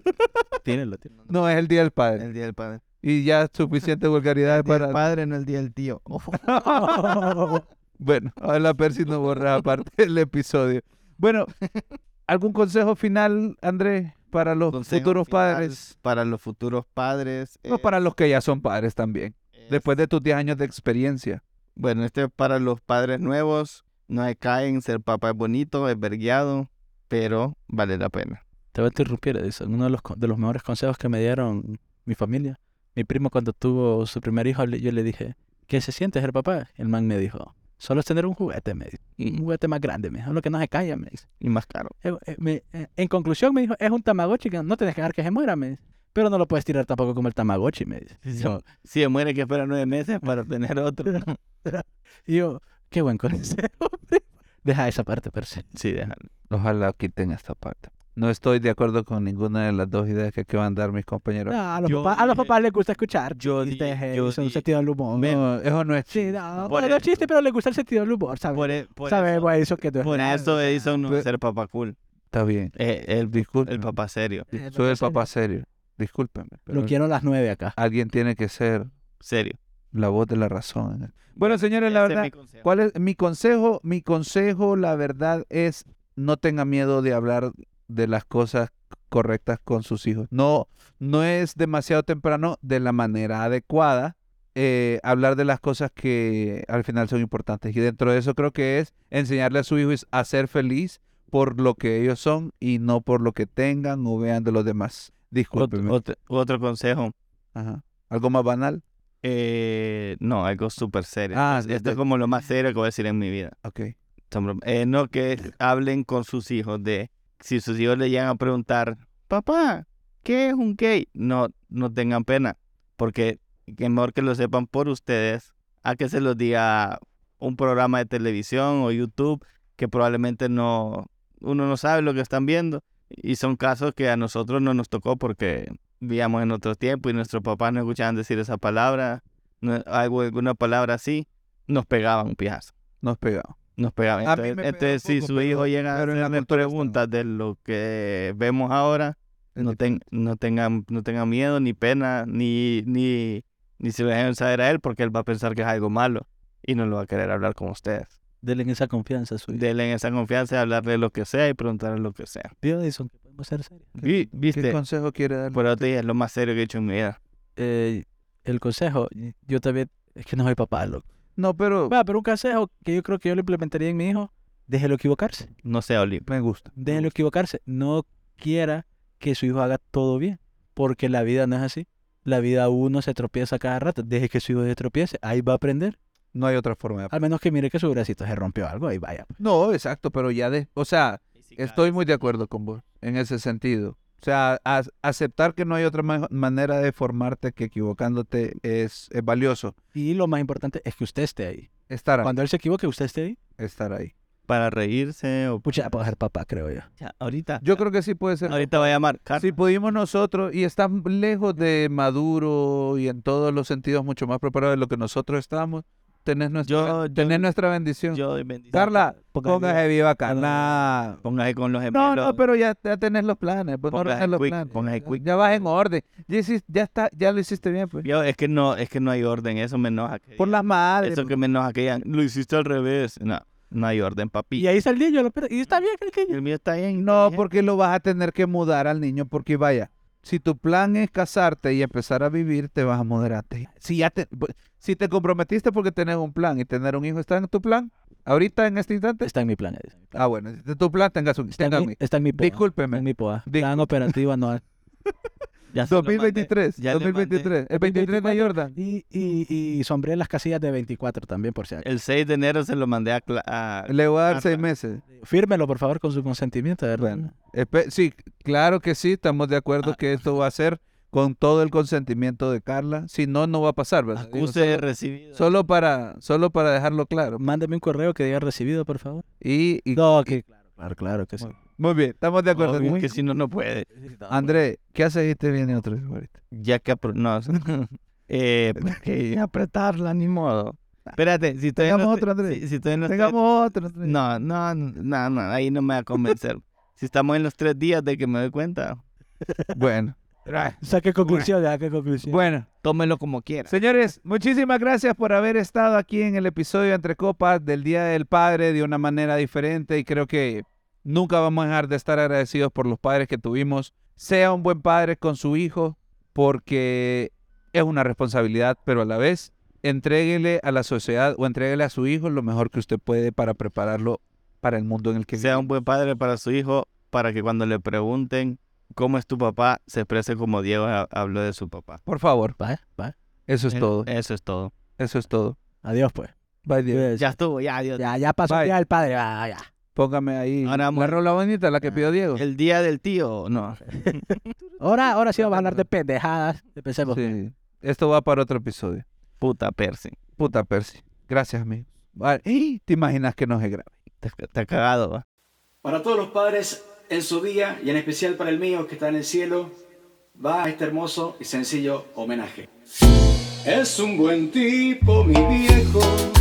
S3: tírelo, tírelo.
S2: No, es el Día del Padre.
S4: El día del padre.
S2: Y ya suficiente vulgaridad
S4: [LAUGHS] El día del
S2: para...
S4: padre, no el día del
S2: [LAUGHS]
S4: tío. Ojo.
S2: Bueno, a la Percy no borra aparte el episodio. Bueno, ¿algún consejo final, Andrés, para los
S4: Consejo
S2: futuros
S4: final
S2: padres?
S4: Para los futuros padres.
S2: No,
S4: es-
S2: para los que ya son padres también,
S4: es-
S2: después de tus 10 años de experiencia.
S4: Bueno, este es para los padres nuevos. No se caen, ser papá es bonito, es vergueado, pero vale la pena.
S3: [LAUGHS] Te voy a interrumpir, Edison. Uno de los, con- de los mejores consejos que me dieron mi familia. Mi primo cuando tuvo su primer hijo, le- yo le dije, ¿qué se siente ser papá? El man me dijo, solo es tener un juguete, me dice. Un juguete más grande, me dijo. Lo que no se calla, me dice.
S4: Y más caro.
S3: Eh, eh, me- eh, en conclusión, me dijo, es un tamagotchi que no tienes que dejar que se muera, me dice. Pero no lo puedes tirar tampoco como el tamagotchi, me dice.
S4: Sí, sí.
S3: Yo-
S4: Si se muere, hay que espera nueve meses para tener otro.
S3: [LAUGHS] Y yo, qué buen consejo. primo". Deja esa parte, per se.
S4: Sí, déjalo.
S2: Ojalá quiten esta parte. No estoy de acuerdo con ninguna de las dos ideas que acaban de dar mis compañeros.
S3: No, a, los
S4: Yo
S3: papás, a los
S4: dije-
S3: papás les gusta escuchar.
S4: yo
S3: chistes,
S4: dije-
S3: eh,
S4: yo
S3: son
S4: dije-
S3: sentido del humor.
S2: No, eso no es
S3: Sí,
S2: chiste.
S3: no,
S4: Por
S3: no, no es
S4: eso.
S3: chiste, pero le gusta el sentido del humor, ¿sabes?
S4: Por, e- por
S3: ¿Sabes?
S4: eso,
S3: Por eso que tú
S4: por eso Edison no va a
S2: Pero-
S4: ser papá cool.
S2: Está bien.
S4: Eh, el,
S2: Disculpe.
S4: el papá serio.
S3: Eh,
S2: Soy el
S3: papá
S2: papá serio. Discúlpeme. pero
S3: Lo quiero a las nueve acá.
S2: Alguien tiene que ser
S4: Serio.
S2: la voz de la razón. Bueno, señores, la
S4: Ese es
S2: verdad,
S4: mi consejo.
S2: ¿Cuál es mi consejo? Mi consejo, la verdad, es no tenga miedo de hablar de las cosas correctas con sus hijos. No, no es demasiado temprano de la manera adecuada eh, hablar de las cosas que al final son importantes. Y dentro de eso creo que es enseñarle a su hijo es a ser feliz por lo que ellos son y no por lo que tengan o vean de los demás.
S4: Ot-
S2: Discúlpeme.
S4: otro, otro consejo.
S2: Ajá. Algo más banal.
S4: Eh, no, algo súper serio.
S2: Ah,
S4: Esto- esto
S2: de-
S4: es como lo más serio que voy a decir en mi vida.
S2: Ok.
S4: Son brom- eh, no, que hablen con sus hijos de si sus hijos le llegan a preguntar, papá, ¿qué es un gay? No, no tengan pena, Porque que mejor que lo sepan por ustedes a que se los diga un programa de televisión o YouTube que probablemente no uno no sabe lo que están viendo y son casos que a nosotros no nos tocó porque vivíamos en otro tiempo y nuestros papás no escuchaban decir esa palabra, no- algo, alguna palabra así, nos pegaban un pijazo
S2: Nos pegaba.
S4: nos pegaban.
S2: A mí me
S4: Entonces,
S2: pega
S4: entonces, si
S2: poco,
S4: su
S2: pero-
S4: hijo llega a
S2: pero en la
S4: hacerle
S2: cultura
S4: preguntas de lo que vemos ahora,
S2: Es
S4: no, ten- no, tengan, no tengan miedo, ni pena, ni, ni, ni se lo dejen saber a él, porque él va a pensar que es algo malo y no lo va a querer hablar con ustedes.
S3: Denle esa confianza suya.
S4: Denle esa confianza de hablarle lo que sea y preguntarle lo que sea.
S3: Tío Edison, que podemos ser serios.
S4: Vi-
S2: ¿Qué
S4: ¿Viste? Pues,
S2: consejo quiere dar?
S4: Por eso te dije, es lo más serio que he hecho en mi vida.
S3: Eh, el consejo, y- yo también, es que no soy papá, loco.
S2: No, pero
S3: Va, pero un consejo que yo creo que yo lo implementaría en mi hijo, déjelo equivocarse.
S4: No sé, Oliver.
S2: me gusta. me
S3: Déjelo
S2: gusta.
S3: equivocarse. No quiera que su hijo haga todo bien, porque la vida no es así. La vida uno se tropieza cada rato. Deje que su hijo se tropiece, ahí va a aprender.
S2: No hay otra forma de
S4: Ah,
S3: Al menos que mire que su bracito se rompió algo, ahí vaya.
S2: No, exacto, pero ya de, o sea, estoy muy de acuerdo con vos en ese sentido. O sea, a- aceptar que no hay otra ma- manera de formarte que equivocándote es, es valioso.
S3: Y lo más importante es que usted esté ahí.
S2: Estar ahí,
S3: Cuando él se equivoque, usted esté ahí.
S2: estar ahí.
S4: Para reírse o...
S3: Pucha, para ser papá, creo yo.
S4: Pucha, ahorita.
S2: Yo creo que sí puede ser.
S4: Ahorita va a llamar. Car-
S2: Si pudimos nosotros, y estás lejos de maduro y en todos los sentidos mucho más preparado de lo que nosotros estábamos, tenés nuestra,
S4: Yo- yo-
S2: tenés nuestra bendición.
S4: Yo doy bendición.
S2: Carla,
S3: Póngale
S2: póngase viva, Carla.
S3: Carla.
S4: Póngase con los
S2: No,
S4: gemelos.
S2: no, pero ya, ya tenés los planes. pues, no
S4: Póngase
S2: tenés los
S4: quick,
S2: planes.
S4: póngase
S2: Ya-
S4: quick.
S2: Ya vas en orden. Ya, hiciste- ya está, ya lo hiciste bien, pues.
S4: Yo, es que no, es que no hay orden, eso me enoja. que
S2: Por
S4: digan.
S2: las madres.
S4: Eso
S2: pues.
S4: que me enoja que digan, lo hiciste al revés. No, no hay orden, papi.
S3: Y ahí está el niño, lo per- y está bien el niño.
S4: El mío está bien.
S2: No,
S4: está bien.
S2: porque lo vas a tener que mudar al niño, porque vaya, si tu plan es casarte y empezar a vivir, te vas a moderarte. Si ya te, bu- si te comprometiste porque tenés un plan y tener un hijo está en tu plan, ahorita en este instante,
S3: Está en mi plan. Edison.
S2: ah bueno, si está en tu plan tengas un,
S3: Está
S2: tenga
S3: en
S2: un
S3: mi,
S2: hijo.
S3: está en mi poa. Está en
S2: Discúlpeme.
S3: mi poa.
S2: Disculpe.
S3: Plan operativo anual.
S4: Ya se lo mandé.
S2: 2023,
S4: ya le mandé.
S2: 2023, el 23 de Jordan.
S3: Y, y, y sombré las casillas de 24 también, por si acaso.
S4: El 6 de enero se lo mandé a, Cla- a-
S2: Le voy a dar
S4: Carla.
S2: seis meses.
S3: Fírmelo, por favor, con su consentimiento, ¿verdad?
S2: Bueno, espe- sí, claro que sí, estamos de acuerdo
S3: Ah.
S2: que esto va a ser con todo el consentimiento de Carla. Si no, no va a pasar, ¿verdad? Digo,
S4: acuse de recibido.
S2: Solo para, solo para dejarlo claro.
S3: Mándame un correo que diga recibido, por favor.
S2: Y, y-
S3: No, que claro, claro, claro que sí.
S2: muy bien, estamos de acuerdo.
S4: Obvio,
S2: Muy-
S4: que si no, no puede.
S2: André, ¿qué haces este viene otro hijo ahorita?
S4: Ya que apro- no. [LAUGHS] eh, pues
S2: [LAUGHS]
S4: que apretarla, ni modo. Espérate, si todavía
S2: Tengamos
S4: no
S2: otro, Andrés.
S4: si- si todavía no estoy-
S2: Tengamos otro. Andrés.
S4: No, no, no, no, ahí no me va a convencer. si estamos en los tres días de que me doy cuenta,
S2: Bueno,
S3: Saque conclusión, saque conclusión.
S2: bueno.
S4: tómelo como quiera.
S2: Señores, muchísimas gracias por haber estado aquí en el episodio Entre Copas del Día del Padre de una manera diferente y creo que nunca vamos a dejar de estar agradecidos por los padres que tuvimos. Sea un buen padre con su hijo porque es una responsabilidad, pero a la vez entréguele a la sociedad o entréguele a su hijo lo mejor que usted puede para prepararlo para el mundo en el que
S4: que sea un buen padre para su hijo, para que cuando le pregunten cómo es tu papá, se exprese como Diego ha- habló de su papá.
S2: Por favor,
S3: Va, va.
S2: eso es
S4: Eh, Eh,
S2: todo.
S4: Eso es todo.
S2: Eso es todo.
S3: Adiós, pues.
S2: Bye, Diego.
S4: Ya estuvo, ya, Dios.
S3: Ya, ya pasó
S2: Bye.
S3: el día del padre. va, ya.
S2: Póngame ahí
S4: Ahora vamos
S2: la
S4: a-
S2: rola bonita, la que pidió Diego.
S4: El día del tío, no.
S3: Ahora, ahora sí vamos a hablar de pendejadas. Empecemos.
S2: Sí. Esto va para otro episodio.
S4: Puta Percy.
S2: Puta, Percy. Gracias, amigo. Vale. ¡Ey! ¿Te imaginas que no se grave?
S4: Te, te ha cagado, va.
S5: Para todos los padres en su día y en especial para el mío que está en el cielo, va este hermoso y sencillo homenaje. Es un buen tipo, mi viejo.